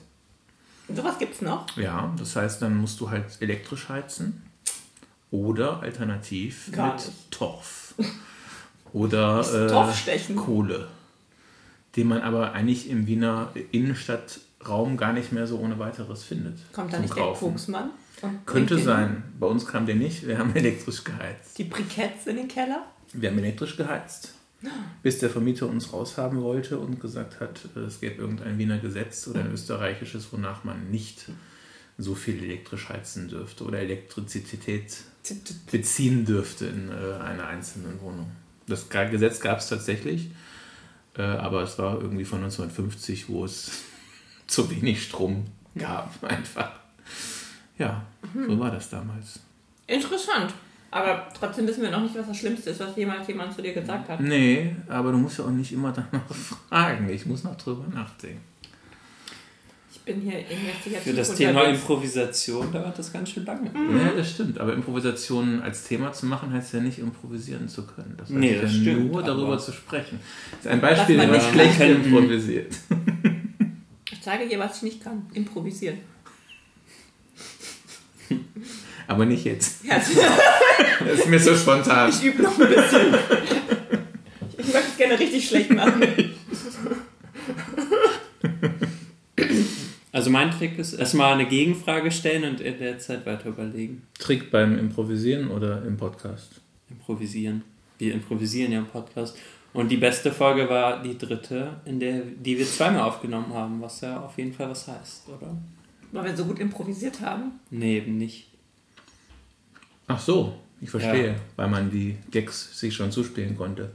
[SPEAKER 1] Sowas gibt's noch.
[SPEAKER 2] Ja, das heißt, dann musst du halt elektrisch heizen oder alternativ
[SPEAKER 1] Gar
[SPEAKER 2] mit
[SPEAKER 1] nicht.
[SPEAKER 2] Torf oder äh,
[SPEAKER 1] Torfstechen.
[SPEAKER 2] Kohle, den man aber eigentlich im Wiener Innenstadtraum gar nicht mehr so ohne weiteres findet.
[SPEAKER 1] Kommt da
[SPEAKER 2] zum
[SPEAKER 1] nicht der
[SPEAKER 2] Kaufen.
[SPEAKER 1] Koksmann? und
[SPEAKER 2] Könnte
[SPEAKER 1] bringt den-
[SPEAKER 2] sein. Bei uns kam der nicht. Wir haben elektrisch geheizt.
[SPEAKER 1] Die Briketts in den Keller?
[SPEAKER 2] Wir haben elektrisch geheizt. Bis der Vermieter uns raushaben wollte und gesagt hat, es gäbe irgendein Wiener Gesetz oder ein österreichisches, wonach man nicht so viel elektrisch heizen dürfte oder Elektrizität beziehen dürfte in äh, einer einzelnen Wohnung. Das Ge- Gesetz gab es tatsächlich, äh, aber es war irgendwie von 1950, wo es zu wenig Strom gab, einfach. Ja, so war das damals.
[SPEAKER 1] Interessant. Aber trotzdem wissen wir noch nicht, was das Schlimmste ist, was jemals jemand zu dir gesagt hat.
[SPEAKER 2] Nee, aber du musst ja auch nicht immer danach fragen. Ich muss noch drüber nachdenken.
[SPEAKER 1] Ich bin hier investigativ
[SPEAKER 3] Für das Thema
[SPEAKER 1] unterwegs.
[SPEAKER 3] Improvisation dauert das ganz schön lange.
[SPEAKER 1] Mhm.
[SPEAKER 2] Ja, das stimmt. Aber Improvisation als Thema zu machen, heißt ja nicht improvisieren zu können. Das heißt
[SPEAKER 3] Nee,
[SPEAKER 2] ja
[SPEAKER 3] das stimmt,
[SPEAKER 2] nur darüber
[SPEAKER 3] aber-
[SPEAKER 2] zu sprechen. Das ist ein Beispiel,
[SPEAKER 1] man
[SPEAKER 2] wie man
[SPEAKER 1] nicht
[SPEAKER 2] schlecht
[SPEAKER 3] kann.
[SPEAKER 2] improvisiert.
[SPEAKER 1] Ich zeige dir, was ich nicht kann. Improvisieren.
[SPEAKER 2] Aber nicht jetzt.
[SPEAKER 1] Ja,
[SPEAKER 2] Das ist mir so spontan.
[SPEAKER 1] ich übe noch ein bisschen. Ich möchte es gerne richtig schlecht machen.
[SPEAKER 3] Also mein Trick ist, erstmal eine Gegenfrage stellen und in der Zeit weiter überlegen.
[SPEAKER 2] Trick beim Improvisieren oder im Podcast?
[SPEAKER 3] Improvisieren. Wir improvisieren ja im Podcast. Und die beste Folge war die dritte, in der, die wir zweimal aufgenommen haben, was ja auf jeden Fall was heißt, oder?
[SPEAKER 1] Weil wir so gut improvisiert haben.
[SPEAKER 3] Nee, eben nicht.
[SPEAKER 2] Ach so, ich verstehe.
[SPEAKER 3] Ja.
[SPEAKER 2] Weil man die Gags sich schon zuspielen konnte.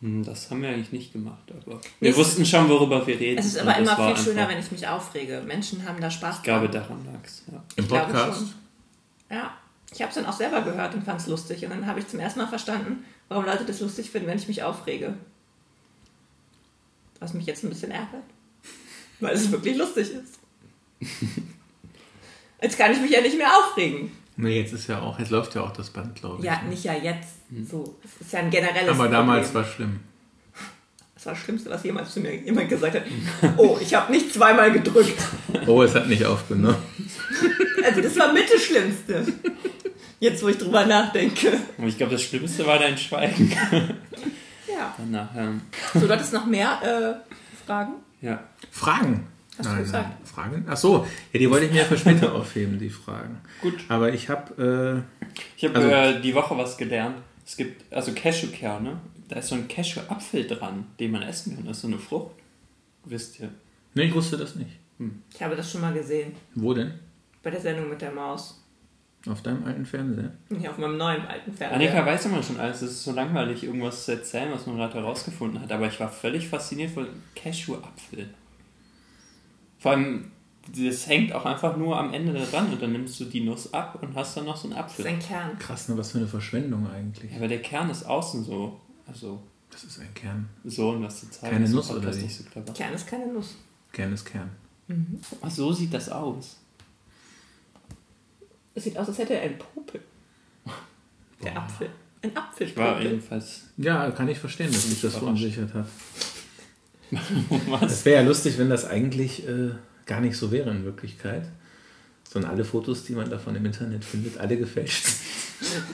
[SPEAKER 3] Hm, Das haben wir eigentlich nicht gemacht, aber
[SPEAKER 1] Nee,
[SPEAKER 3] wir
[SPEAKER 1] es-
[SPEAKER 3] wussten schon, worüber wir reden.
[SPEAKER 1] Es ist
[SPEAKER 3] und
[SPEAKER 1] aber
[SPEAKER 3] das
[SPEAKER 1] immer
[SPEAKER 3] war
[SPEAKER 1] viel schöner,
[SPEAKER 3] einfach-
[SPEAKER 1] wenn ich mich aufrege. Menschen haben da Spaß
[SPEAKER 3] Ich glaube, daran lag es. Ja.
[SPEAKER 2] Im
[SPEAKER 1] Ich glaube
[SPEAKER 2] Podcast?
[SPEAKER 1] Ja, ich habe es dann auch selber gehört und fand es lustig. Und dann habe ich zum ersten Mal verstanden, warum Leute das lustig finden, wenn ich mich aufrege. Was mich jetzt ein bisschen ärgert. Weil es wirklich lustig ist. Jetzt kann ich mich ja nicht mehr aufregen.
[SPEAKER 2] Nee, jetzt ist ja auch, jetzt läuft ja auch das Band, glaube ich. ne?
[SPEAKER 1] Ja, nicht ja jetzt. So, es ist ja ein generelles
[SPEAKER 2] Aber damals
[SPEAKER 1] Problem.
[SPEAKER 2] war schlimm.
[SPEAKER 1] Das war das Schlimmste, was jemals zu mir jemand gesagt hat. Oh, ich habe nicht zweimal gedrückt.
[SPEAKER 2] Oh, es hat nicht aufgenommen.
[SPEAKER 1] Also das war mit das Schlimmste. Jetzt, wo ich drüber nachdenke.
[SPEAKER 3] Und ich glaube, das Schlimmste war dein Schweigen.
[SPEAKER 1] Ja.
[SPEAKER 3] Danach, ähm,
[SPEAKER 1] So, du hattest noch mehr äh, Fragen?
[SPEAKER 3] ja.
[SPEAKER 2] Fragen.
[SPEAKER 1] Hast du gesagt.
[SPEAKER 2] Fragen? Ach so, ja, die wollte ich mir ja für später aufheben, die Fragen.
[SPEAKER 3] Gut.
[SPEAKER 2] Aber ich habe,
[SPEAKER 3] Ich habe
[SPEAKER 2] Also-
[SPEAKER 3] äh, die Woche was gelernt. Es gibt, also Cashewkerne, da ist so ein Cashew-Apfel dran, den man essen kann. Das ist so eine Frucht. Wisst ihr.
[SPEAKER 2] Nee, ich wusste das nicht.
[SPEAKER 1] Ich habe das schon mal gesehen.
[SPEAKER 2] Wo denn?
[SPEAKER 1] Bei der Sendung mit der Maus.
[SPEAKER 2] Auf deinem alten Fernseher?
[SPEAKER 1] Nicht auf meinem neuen alten Fernseher.
[SPEAKER 3] Annika weiß immer schon alles. Es ist so langweilig, irgendwas zu erzählen, was man gerade herausgefunden hat. Aber ich war völlig fasziniert von Cashew-Apfel. Vor allem, das hängt auch einfach nur am Ende dran und dann nimmst du die Nuss ab und hast dann noch so einen
[SPEAKER 1] Das ist
[SPEAKER 3] Apfel.
[SPEAKER 1] ein Kern.
[SPEAKER 2] Krass, ne? Was für eine Verschwendung eigentlich.
[SPEAKER 3] Ja, aber der Kern ist außen so. Also,
[SPEAKER 2] Das ist ein Kern.
[SPEAKER 3] so, um das zu zeigen.
[SPEAKER 2] Keine
[SPEAKER 3] ist im
[SPEAKER 2] Nuss oder
[SPEAKER 3] Podcast
[SPEAKER 2] wie?
[SPEAKER 3] nicht so clever.
[SPEAKER 1] Kern ist keine Nuss.
[SPEAKER 2] Kern ist Kern.
[SPEAKER 3] Ach, so sieht das aus.
[SPEAKER 1] Es sieht aus, als hätte er einen Popel. Der
[SPEAKER 2] Boah.
[SPEAKER 1] Apfel. Ein
[SPEAKER 3] Ich war
[SPEAKER 1] Apfelpopel.
[SPEAKER 3] jedenfalls.
[SPEAKER 2] Ja, kann ich verstehen, dass dich das
[SPEAKER 3] Überrascht.
[SPEAKER 2] verunsichert hat.
[SPEAKER 3] Was?
[SPEAKER 2] Es wäre ja lustig, wenn das eigentlich äh, gar nicht so wäre in Wirklichkeit. Sondern alle Fotos, die man davon im Internet findet, alle gefälscht. sind.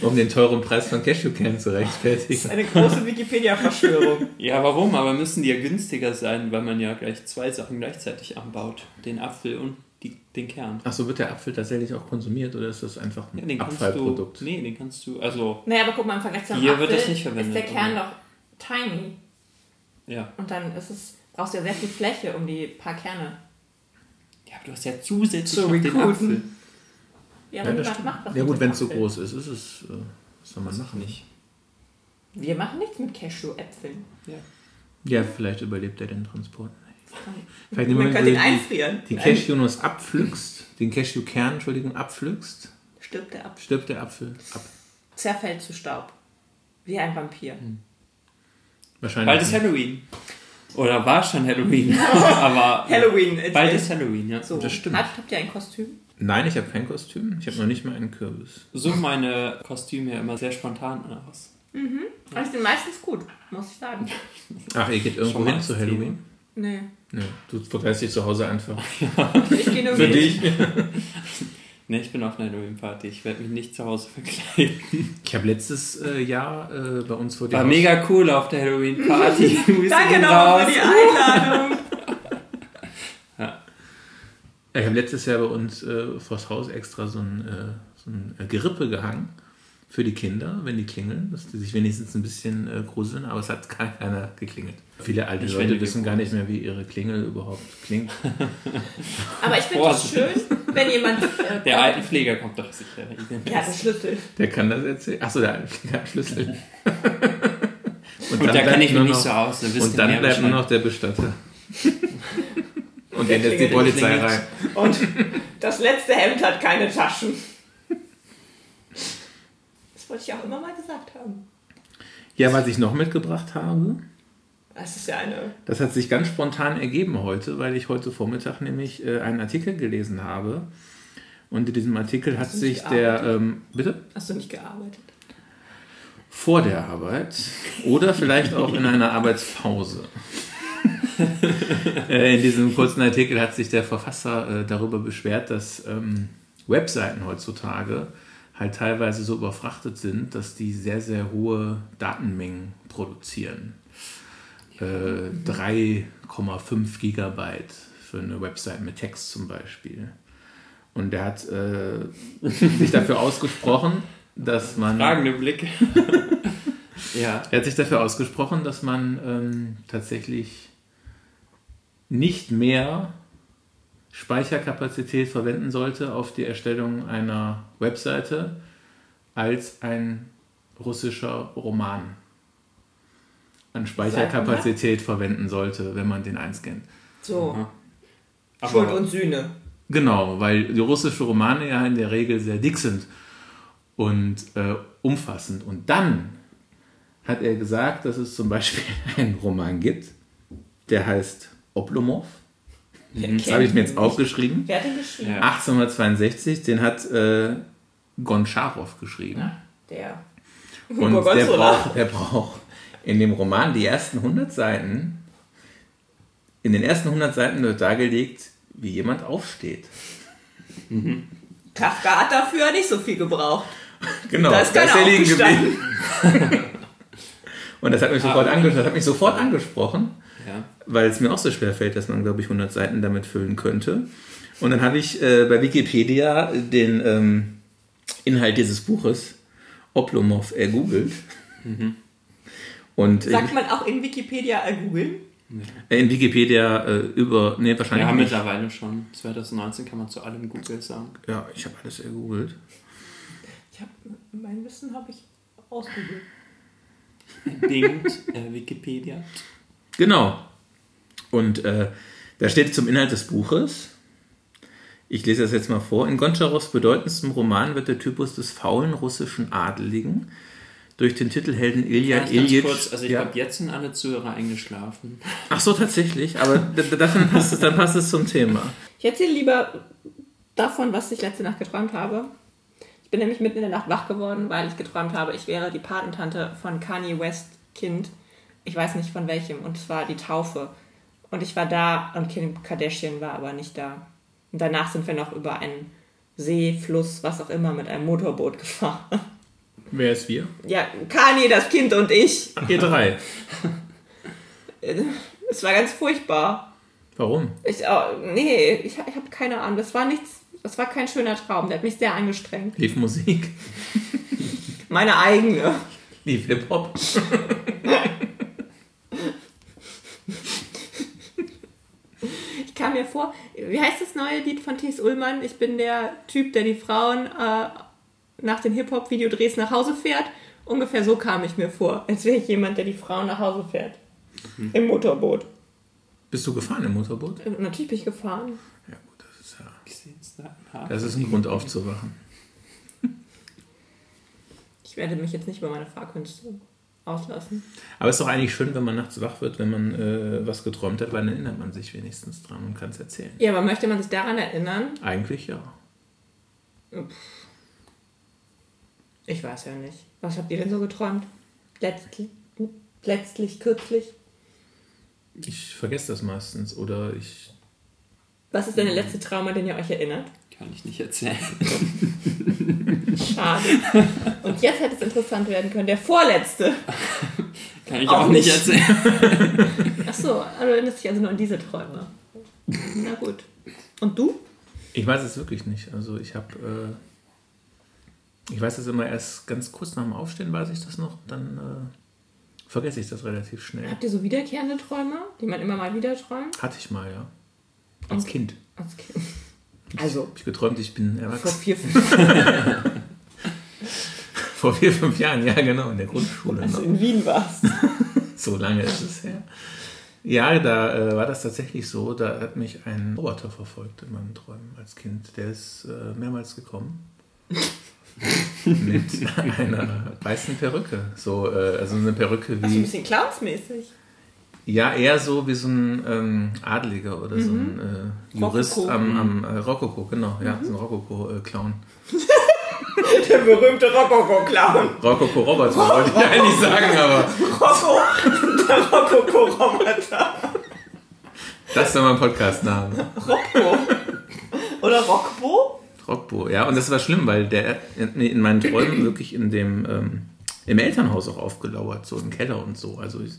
[SPEAKER 2] um den teuren Preis von Cashewkern zu
[SPEAKER 1] Das ist
[SPEAKER 2] rechtfertigen.
[SPEAKER 1] eine große Wikipedia-Verschwörung.
[SPEAKER 3] Ja, warum? Aber müssen die ja günstiger sein, weil man ja gleich zwei Sachen gleichzeitig anbaut: den Apfel und die, den Kern.
[SPEAKER 2] Achso, wird der Apfel tatsächlich auch konsumiert oder ist das einfach
[SPEAKER 3] Ja,
[SPEAKER 2] ein
[SPEAKER 3] den kannst du.
[SPEAKER 2] Abfallprodukt?
[SPEAKER 3] Nee, den kannst du. Also,
[SPEAKER 1] naja, aber guck mal, im Vergleich zu einem
[SPEAKER 3] Hier
[SPEAKER 1] Apfel
[SPEAKER 3] wird das nicht verwendet,
[SPEAKER 1] ist der Kern
[SPEAKER 3] aber-
[SPEAKER 1] doch tiny.
[SPEAKER 3] ja.
[SPEAKER 1] Und dann ist es, brauchst du ja sehr viel Fläche um die paar Kerne.
[SPEAKER 3] Ja, aber du hast ja zusätzlich
[SPEAKER 1] Zu
[SPEAKER 3] noch den
[SPEAKER 1] recruiten.
[SPEAKER 2] Genau.
[SPEAKER 3] Apfel.
[SPEAKER 1] Ja,
[SPEAKER 2] Ja,
[SPEAKER 1] aber
[SPEAKER 2] das
[SPEAKER 1] niemand
[SPEAKER 2] stimmt.
[SPEAKER 1] macht was
[SPEAKER 2] ja
[SPEAKER 1] mit
[SPEAKER 2] gut,
[SPEAKER 1] dem
[SPEAKER 2] wenn es so
[SPEAKER 1] Apfel.
[SPEAKER 2] groß ist, ist es. Äh, was soll man machen?
[SPEAKER 3] nicht.
[SPEAKER 1] Wir machen nichts mit Cashew-Äpfeln.
[SPEAKER 3] Ja.
[SPEAKER 2] Ja, vielleicht überlebt er den Transport nicht. Vielleicht
[SPEAKER 1] Man
[SPEAKER 2] nehmen
[SPEAKER 1] könnte ihn einfrieren.
[SPEAKER 2] die
[SPEAKER 1] Nein,
[SPEAKER 2] Cashewnuss abpflückst, den Cashewkern, Entschuldigung, abpflückst,
[SPEAKER 1] Stirbt der ab.
[SPEAKER 2] stirbt der Apfel ab.
[SPEAKER 1] Zerfällt zu Staub. Wie ein Vampir.
[SPEAKER 2] Wahrscheinlich.
[SPEAKER 3] Bald ist
[SPEAKER 2] nicht.
[SPEAKER 3] Halloween. Oder war schon Halloween. aber
[SPEAKER 1] Halloween. it
[SPEAKER 3] bald
[SPEAKER 1] is.
[SPEAKER 3] ist Halloween, ja.
[SPEAKER 1] so.
[SPEAKER 2] das stimmt.
[SPEAKER 1] Habt, habt ihr ein Kostüm?
[SPEAKER 2] Nein, ich habe kein Kostüm. Ich habe noch nicht mal einen Kürbis.
[SPEAKER 3] Suchen meine Kostüme ja immer sehr spontan aus.
[SPEAKER 1] Aber ich bin meistens gut, muss ich sagen.
[SPEAKER 2] Ach, ihr geht
[SPEAKER 3] Schon
[SPEAKER 2] irgendwo
[SPEAKER 3] mal
[SPEAKER 2] hin
[SPEAKER 3] als
[SPEAKER 2] zu
[SPEAKER 3] Thema.
[SPEAKER 2] Halloween?
[SPEAKER 1] Nee.
[SPEAKER 2] Nö, du verkleidest dich zu Hause einfach.
[SPEAKER 1] Also Ich gehe nur
[SPEAKER 2] Für
[SPEAKER 1] mit.
[SPEAKER 2] dich?
[SPEAKER 3] Ne, ich bin auf einer Halloween-Party. Ich werde mich nicht zu Hause verkleiden.
[SPEAKER 2] Ich habe letztes äh, Jahr äh, bei uns vor dem
[SPEAKER 3] War
[SPEAKER 2] Haus-
[SPEAKER 3] mega cool auf der Halloween-Party. Wir
[SPEAKER 1] Danke
[SPEAKER 3] sind
[SPEAKER 1] nochmal
[SPEAKER 3] raus.
[SPEAKER 1] für die Einladung.
[SPEAKER 2] Ich habe letztes Jahr bei uns äh, vors Haus extra so ein, äh, so ein äh, Gerippe gehangen für die Kinder, wenn die klingeln, dass die sich wenigstens ein bisschen äh, gruseln, aber es hat keiner geklingelt. Viele alte
[SPEAKER 3] Ich finde,
[SPEAKER 2] Leute
[SPEAKER 3] die
[SPEAKER 2] wissen gar nicht mehr, wie ihre Klingel überhaupt klingt.
[SPEAKER 1] Aber ich finde es schön, wenn jemand. Äh,
[SPEAKER 3] Der Altenpfleger kommt doch sicher.
[SPEAKER 1] Ja, der Schlüssel.
[SPEAKER 2] Der kann das erzählen. Achso, der Anfänger hat Schlüssel. Und,
[SPEAKER 3] Gut,
[SPEAKER 2] dann
[SPEAKER 3] da
[SPEAKER 2] bleibt
[SPEAKER 3] kann ich
[SPEAKER 2] nur
[SPEAKER 3] mich
[SPEAKER 2] noch-
[SPEAKER 3] nicht so aus. Dann wisst
[SPEAKER 2] Und
[SPEAKER 3] ihr
[SPEAKER 2] dann
[SPEAKER 3] mehr
[SPEAKER 2] bleibt nur
[SPEAKER 3] Bescheid.
[SPEAKER 2] noch der Bestatter. Und dann
[SPEAKER 1] der
[SPEAKER 2] jetzt die
[SPEAKER 1] klingelt,
[SPEAKER 2] Polizei
[SPEAKER 3] klingelt.
[SPEAKER 2] rein.
[SPEAKER 1] Und das letzte Hemd hat keine Taschen. Das wollte ich auch immer mal gesagt haben.
[SPEAKER 2] Ja, was ich noch mitgebracht habe,
[SPEAKER 1] Das ist ja eine.
[SPEAKER 2] Das hat sich ganz spontan ergeben heute, weil ich heute Vormittag nämlich äh, einen Artikel gelesen habe. Und in diesem Artikel hat
[SPEAKER 1] du nicht
[SPEAKER 2] sich der,
[SPEAKER 1] gearbeitet?
[SPEAKER 2] ähm, bitte,
[SPEAKER 1] Hast du nicht gearbeitet?
[SPEAKER 2] vor der Arbeit oder vielleicht auch in einer Arbeitspause. Äh, in diesem kurzen Artikel hat sich der Verfasser äh, darüber beschwert, dass ähm, Webseiten heutzutage halt teilweise so überfrachtet sind, dass die sehr, sehr hohe Datenmengen produzieren. Äh, 3,5 Gigabyte für eine Website mit Text zum Beispiel. Und er hat äh, sich dafür ausgesprochen, dass man.
[SPEAKER 3] Fragende Blicke. ja.
[SPEAKER 2] Er hat sich dafür ausgesprochen, dass man ähm, tatsächlich nicht mehr Speicherkapazität verwenden sollte auf die Erstellung einer Webseite als ein russischer Roman an Speicherkapazität verwenden sollte, wenn man den einscannt.
[SPEAKER 1] So, Schuld
[SPEAKER 3] Aber
[SPEAKER 1] und Sühne.
[SPEAKER 2] Genau, weil die russischen Romane ja in der Regel sehr dick sind und äh, umfassend. Und dann hat er gesagt, dass es zum Beispiel einen Roman gibt, der heißt Oblomov. Das habe ich mir jetzt aufgeschrieben.
[SPEAKER 1] Wer hat den geschrieben?
[SPEAKER 3] Ja.
[SPEAKER 2] 1862, den hat äh, Goncharow geschrieben.
[SPEAKER 1] Der.
[SPEAKER 2] Und
[SPEAKER 1] Hugo
[SPEAKER 2] der
[SPEAKER 1] Gonzola.
[SPEAKER 2] braucht, der braucht in dem Roman die ersten 100 Seiten, in den ersten 100 Seiten wird dargelegt, wie jemand aufsteht.
[SPEAKER 1] Kafka hat dafür nicht so viel gebraucht.
[SPEAKER 2] Genau,
[SPEAKER 1] Da ist
[SPEAKER 2] da
[SPEAKER 1] keiner
[SPEAKER 2] er liegen
[SPEAKER 1] aufgestanden.
[SPEAKER 2] geblieben. Und das hat mich sofort, anges das hat mich sofort angesprochen,
[SPEAKER 3] ja.
[SPEAKER 2] weil es mir auch so schwer fällt, dass man, glaube ich, 100 Seiten damit füllen könnte. Und dann habe ich äh, bei Wikipedia den ähm, Inhalt dieses Buches, Oblomov, ergoogelt. Und äh,
[SPEAKER 1] Sagt man auch in Wikipedia äh, googeln?
[SPEAKER 2] Äh, In Wikipedia äh, über. Nee, wahrscheinlich.
[SPEAKER 3] Ja,
[SPEAKER 2] nicht.
[SPEAKER 3] mittlerweile schon. 2019 kann man zu allem Google sagen.
[SPEAKER 2] ja ich habe alles gegoogelt.
[SPEAKER 1] Ich hab, mein Wissen habe ich ausprobiert.
[SPEAKER 3] Bedingt äh, Wikipedia.
[SPEAKER 2] Genau. Und äh, da steht zum Inhalt des Buches. Ich lese das jetzt mal vor. In Goncharows bedeutendstem Roman wird der Typus des faulen russischen Adeligen durch den Titelhelden Ilya
[SPEAKER 3] Ganz
[SPEAKER 2] Ilyich.
[SPEAKER 3] kurz, also ich
[SPEAKER 2] ja.
[SPEAKER 3] glaube, jetzt sind alle Zuhörer eingeschlafen.
[SPEAKER 2] Ach so, tatsächlich. Aber d- d- dann passt, es, dann passt es zum Thema.
[SPEAKER 1] Ich erzähle lieber davon, was ich letzte Nacht geträumt habe. Ich bin nämlich mitten in der Nacht wach geworden, weil ich geträumt habe, ich wäre die Patentante von Kanye West Kind. Ich weiß nicht von welchem. Und zwar die Taufe. Und ich war da und Kim Kardashian war aber nicht da. Und danach sind wir noch über einen See, Fluss, was auch immer, mit einem Motorboot gefahren.
[SPEAKER 2] Wer ist wir?
[SPEAKER 1] Ja, Kanye, das Kind und ich.
[SPEAKER 2] Ihr drei.
[SPEAKER 1] Es war ganz furchtbar.
[SPEAKER 2] Warum?
[SPEAKER 1] Ich, oh, nee, ich, ich habe keine Ahnung. Das war nichts. Das war kein schöner Traum. Der hat mich sehr angestrengt.
[SPEAKER 2] Lief Musik.
[SPEAKER 1] Meine eigene.
[SPEAKER 2] Lief Hip-Hop.
[SPEAKER 1] Ich kam mir vor, wie heißt das neue Lied von Thies Ullmann? Ich bin der Typ, der die Frauen äh, nach den Hip-Hop-Videodrehs nach Hause fährt. Ungefähr so kam ich mir vor, als wäre ich jemand, der die Frauen nach Hause fährt. Im Motorboot.
[SPEAKER 2] Bist du gefahren im Motorboot?
[SPEAKER 1] Äh, Natürlich bin ich gefahren.
[SPEAKER 2] Ja, gut, das ist ja.
[SPEAKER 3] Ich sehe jetzt da einen Haken.
[SPEAKER 2] Das ist ein Grund aufzuwachen.
[SPEAKER 1] Ich werde mich jetzt nicht über meine Fahrkünste auslassen.
[SPEAKER 2] Aber es ist doch eigentlich schön, wenn man nachts wach wird, wenn man äh, was geträumt hat, weil dann erinnert man sich wenigstens dran und kann es erzählen.
[SPEAKER 1] Ja, aber möchte man sich daran erinnern?
[SPEAKER 2] Eigentlich ja.
[SPEAKER 1] Ich weiß ja nicht. Was habt ihr denn so geträumt? Letztlich, letztlich kürzlich?
[SPEAKER 2] Ich vergesse das meistens oder ich.
[SPEAKER 1] Was ist denn der letzte Trauma, den ihr euch erinnert?
[SPEAKER 3] Kann ich nicht erzählen.
[SPEAKER 1] Schade. Und jetzt hätte es interessant werden können. Der vorletzte.
[SPEAKER 3] Kann ich
[SPEAKER 1] Auch
[SPEAKER 3] auch, nicht
[SPEAKER 1] nicht.
[SPEAKER 3] erzählen.
[SPEAKER 1] Achso, du erinnerst dich also nur an diese Träume. Na gut. Und du?
[SPEAKER 2] Ich weiß es wirklich nicht. Also ich habe. Äh, ich weiß es immer erst ganz kurz nach dem Aufstehen, weiß ich das noch. Dann äh, vergesse ich das relativ schnell.
[SPEAKER 1] Habt ihr so wiederkehrende Träume, die man immer mal wieder träumt?
[SPEAKER 2] Hatte ich mal, ja. Als Kind.
[SPEAKER 1] Als Kind. Also,
[SPEAKER 2] Hab ich geträumt, ich bin
[SPEAKER 1] vor
[SPEAKER 2] erwachsen.
[SPEAKER 1] vier, fünf,
[SPEAKER 2] Vor vier, fünf Jahren, ja genau, in der Grundschule.
[SPEAKER 1] als
[SPEAKER 2] noch.
[SPEAKER 1] du in Wien warst.
[SPEAKER 2] So lange ist es her. Ja, da äh, war das tatsächlich so. Da hat mich ein Roboter verfolgt in meinen Träumen als Kind. Der ist äh, mehrmals gekommen. Mit einer weißen Perücke. So, äh, also eine Perücke
[SPEAKER 1] So ein
[SPEAKER 2] wie.
[SPEAKER 1] bisschen clownsmäßig.
[SPEAKER 2] Ja, eher so wie so ein ähm, Adliger oder so ein äh, Jurist
[SPEAKER 1] Mhm. Rokoko. Mhm.
[SPEAKER 2] am, am äh, Rokoko, genau. Ja, so ein Rokoko-Clown.
[SPEAKER 1] Der berühmte Rokoko-Clown.
[SPEAKER 2] Rokoko-Roboter wollte ich eigentlich sagen, aber
[SPEAKER 1] Rokko. Der Rokoko-Roboter.
[SPEAKER 2] das ist dann mein Podcast-Name.
[SPEAKER 1] Rokko. Oder Rockbo?
[SPEAKER 2] Rockbo, ja. Und das war schlimm, weil der in, nee, in meinen Träumen wirklich in dem, ähm, im Elternhaus auch aufgelauert, so im Keller und so. Also ich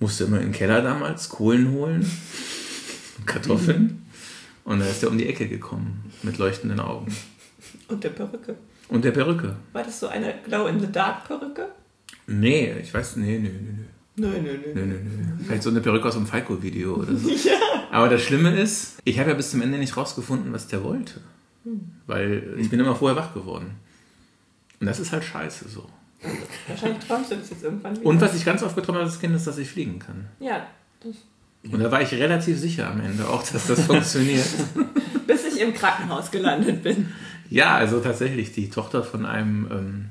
[SPEAKER 2] musste immer in den Keller damals Kohlen holen, Kartoffeln. Und da ist er um die Ecke gekommen mit leuchtenden Augen.
[SPEAKER 1] Und der Perücke.
[SPEAKER 2] Und der Perücke.
[SPEAKER 1] War das so eine Glow-in-the-Dark-Perücke?
[SPEAKER 2] Nee, ich weiß, nee, nee, nee, nee.
[SPEAKER 1] Nö, nö, nö.
[SPEAKER 2] Nö, nö, nö. Vielleicht so eine Perücke aus dem Falco-Video oder so. Aber das Schlimme ist, ich habe ja bis zum Ende nicht rausgefunden, was der wollte. Hm. Weil ich bin immer vorher wach geworden. Und das ist halt scheiße so.
[SPEAKER 1] Wahrscheinlich träumst du das jetzt irgendwann wieder.
[SPEAKER 2] Und was ich ganz oft geträumt habe als Kind, ist, dass ich fliegen kann.
[SPEAKER 1] Ja, das
[SPEAKER 2] Und da war ich relativ sicher am Ende auch, dass das funktioniert.
[SPEAKER 1] Bis ich im Krankenhaus gelandet bin.
[SPEAKER 2] ja, also tatsächlich, die Tochter von einem ähm,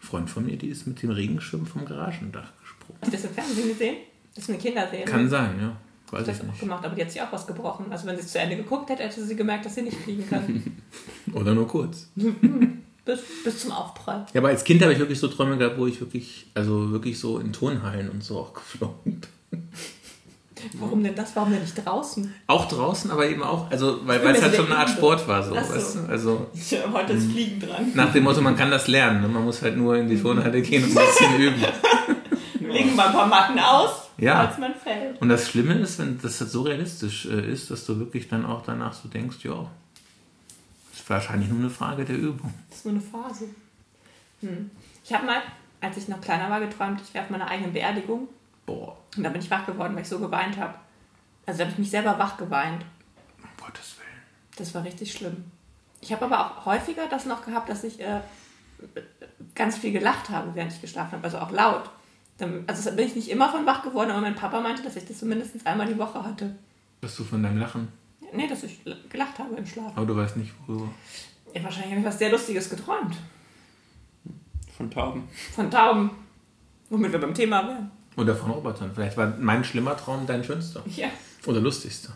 [SPEAKER 2] Freund von mir, die ist mit dem Regenschirm vom Garagendach gesprungen.
[SPEAKER 1] Hast du das im Fernsehen gesehen? Das ist eine Kinderserie.
[SPEAKER 2] Kann sein, ja. Weiß
[SPEAKER 1] das
[SPEAKER 2] ich
[SPEAKER 1] hat auch
[SPEAKER 2] nicht.
[SPEAKER 1] gemacht, aber die hat sich auch was gebrochen. Also wenn sie es zu Ende geguckt hätte, hätte sie gemerkt, dass sie nicht fliegen kann.
[SPEAKER 2] Oder nur kurz.
[SPEAKER 1] bis, bis zum Aufprall.
[SPEAKER 2] Ja, aber als Kind habe ich wirklich so Träume gehabt, wo ich wirklich, also wirklich so in Turnhallen und so auch geflogen bin.
[SPEAKER 1] Warum denn das? Warum denn nicht draußen?
[SPEAKER 2] Auch draußen, aber eben auch, also weil
[SPEAKER 1] bin
[SPEAKER 2] weil es
[SPEAKER 1] mir
[SPEAKER 2] halt
[SPEAKER 1] sehr
[SPEAKER 2] schon eine Art
[SPEAKER 1] lieb.
[SPEAKER 2] Sport war, so,
[SPEAKER 1] Ach so.
[SPEAKER 2] weißt du? Also
[SPEAKER 1] Tja, äh, heute ist Fliegen dran.
[SPEAKER 2] nach dem Motto, man kann das lernen. Ne? Man muss halt nur in die Turnhalle gehen und ein bisschen üben.
[SPEAKER 1] Wir legen mal ein paar Matten aus,
[SPEAKER 2] Ja.
[SPEAKER 1] falls man fällt.
[SPEAKER 2] Und das Schlimme ist, wenn das halt so realistisch äh, ist, dass du wirklich dann auch danach so denkst, ja, ist wahrscheinlich nur eine Frage der Übung.
[SPEAKER 1] Das ist nur eine Phase. Hm. Ich habe mal, als ich noch kleiner war, geträumt, ich wäre auf meiner eigenen Beerdigung.
[SPEAKER 2] Boah,
[SPEAKER 1] Und dann bin ich wach geworden, weil ich so geweint habe. Also da habe ich mich selber wach geweint.
[SPEAKER 2] um Gottes Willen.
[SPEAKER 1] Das war richtig schlimm. Ich habe aber auch häufiger das noch gehabt, dass ich äh, ganz viel gelacht habe, während ich geschlafen habe, also auch laut. Dann, also da bin ich nicht immer von wach geworden, aber mein Papa meinte, dass ich das so mindestens einmal die Woche hatte.
[SPEAKER 2] Bist du von deinem Lachen?
[SPEAKER 1] Nee, dass ich l- gelacht habe im Schlaf.
[SPEAKER 2] Aber du weißt nicht, worüber.
[SPEAKER 1] Ja, wahrscheinlich habe ich was sehr Lustiges geträumt.
[SPEAKER 3] Von Tauben.
[SPEAKER 1] Von Tauben. Womit wir beim Thema wären.
[SPEAKER 2] Oder von Robotern. Vielleicht war mein schlimmer Traum dein schönster.
[SPEAKER 1] Ja.
[SPEAKER 2] Oder lustigster.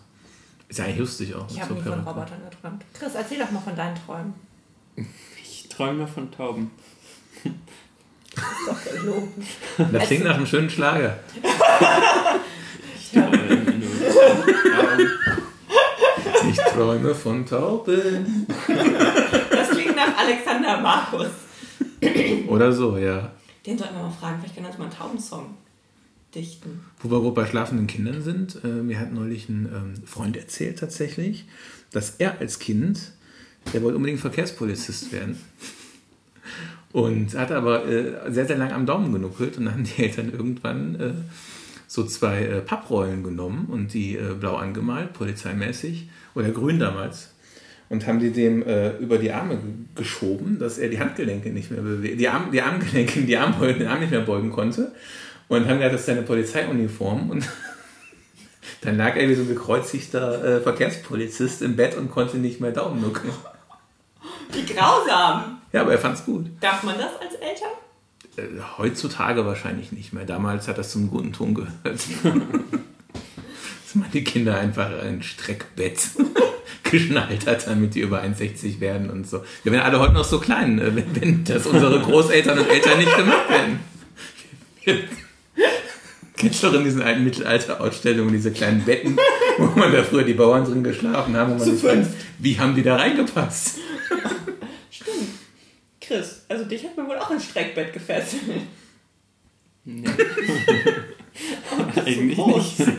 [SPEAKER 2] Ist ja eigentlich lustig auch.
[SPEAKER 1] Ich
[SPEAKER 2] mit
[SPEAKER 1] habe nie von
[SPEAKER 2] Perücken.
[SPEAKER 1] Robotern geträumt. Chris, erzähl doch mal von deinen Träumen.
[SPEAKER 3] Ich träume nur von Tauben.
[SPEAKER 1] Ist doch gelogen.
[SPEAKER 2] Das klingt nach einem schönen Schlager.
[SPEAKER 3] Ich träume nur
[SPEAKER 2] Ich
[SPEAKER 3] von Tauben.
[SPEAKER 2] träume von Tauben.
[SPEAKER 1] Das klingt nach Alexander Markus.
[SPEAKER 2] Oder so, ja.
[SPEAKER 1] Den sollten wir mal fragen. Vielleicht können wir uns mal einen Taubensong dichten.
[SPEAKER 2] Wo wir wo bei schlafenden Kindern sind, äh, mir hat neulich ein ähm, Freund erzählt tatsächlich, dass er als Kind, der wollte unbedingt Verkehrspolizist werden. Und hat aber äh, sehr, sehr lang am Daumen genuckelt und dann haben die Eltern irgendwann äh, so zwei äh, Papprollen genommen und die äh, blau angemalt, polizeimäßig, oder grün damals. Und haben die dem äh, über die Arme ge- geschoben, dass er die Handgelenke nicht mehr bewegen, die, Arm, die Armgelenke, die Armbeugen, den Arm nicht mehr beugen konnte. Und haben gesagt, das ist seine Polizeiuniform. Und dann lag er wie so ein gekreuzigter äh, Verkehrspolizist im Bett und konnte nicht mehr Daumen nucken.
[SPEAKER 1] Wie grausam!
[SPEAKER 2] Ja, aber er fand's gut.
[SPEAKER 1] Darf man das als Eltern?
[SPEAKER 2] Äh, heutzutage wahrscheinlich nicht mehr. Damals hat das zum guten Ton gehört. Dass man die Kinder einfach ein Streckbett geschnallt hat, damit die über 1,60 werden und so. Wir wären alle heute noch so klein, äh, wenn, wenn das unsere Großeltern und Eltern nicht gemacht hätten. Kennst du doch in diesen alten Mittelalter-Ausstellungen diese kleinen Betten, wo man da früher die Bauern drin geschlafen haben und man sich fragt, wie haben die da reingepasst?
[SPEAKER 1] Chris, also dich hat man wohl auch ins Streckbett gefesselt.
[SPEAKER 3] Nee. Eigentlich
[SPEAKER 1] groß.
[SPEAKER 3] nicht.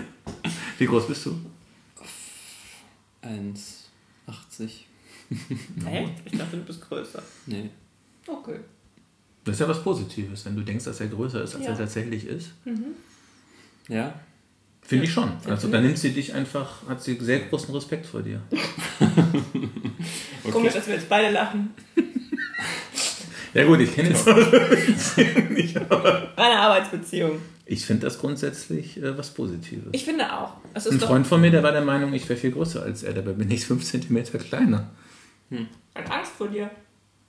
[SPEAKER 2] Wie groß bist du?
[SPEAKER 3] 1,80.
[SPEAKER 1] Hä? Ich dachte, du bist größer.
[SPEAKER 3] Nee.
[SPEAKER 1] Okay.
[SPEAKER 2] Das ist ja was Positives, wenn du denkst, dass er größer ist, als
[SPEAKER 1] Ja.
[SPEAKER 2] er tatsächlich ist.
[SPEAKER 3] Ja?
[SPEAKER 2] Finde ich schon. Also dann nimmt sie dich einfach, hat sie sehr großen Respekt vor dir.
[SPEAKER 1] Komisch, dass wir jetzt beide lachen.
[SPEAKER 2] Ja gut, ich
[SPEAKER 3] Genau.
[SPEAKER 2] kenne jetzt
[SPEAKER 1] Meine Arbeitsbeziehung.
[SPEAKER 2] Ich finde das grundsätzlich äh, was Positives.
[SPEAKER 1] Ich finde auch. Es
[SPEAKER 2] Ein
[SPEAKER 1] ist doch.
[SPEAKER 2] Freund von mir, der war der Meinung, ich wäre viel größer als er, dabei bin ich fünf Zentimeter kleiner.
[SPEAKER 1] Hat Angst vor dir.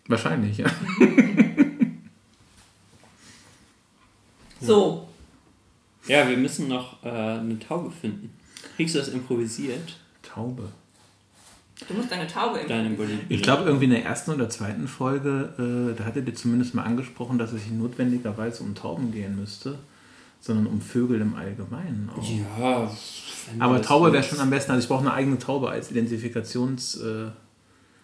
[SPEAKER 2] Wahrscheinlich, ja.
[SPEAKER 1] So.
[SPEAKER 3] Ja, wir müssen noch äh, eine Taube finden. Kriegst du das improvisiert?
[SPEAKER 2] Taube.
[SPEAKER 1] Du musst deine Taube im.
[SPEAKER 3] Deine Boliden.
[SPEAKER 2] Ich glaube, irgendwie in der ersten oder zweiten Folge, äh, da hattet ihr zumindest mal angesprochen, dass es nicht notwendigerweise um Tauben gehen müsste, sondern um Vögel im Allgemeinen. Auch.
[SPEAKER 3] Ja. wenn
[SPEAKER 2] Aber
[SPEAKER 3] das
[SPEAKER 2] Taube
[SPEAKER 3] so
[SPEAKER 2] wäre
[SPEAKER 3] ist.
[SPEAKER 2] schon am besten. Also ich brauche eine eigene Taube als Identifikations... Äh,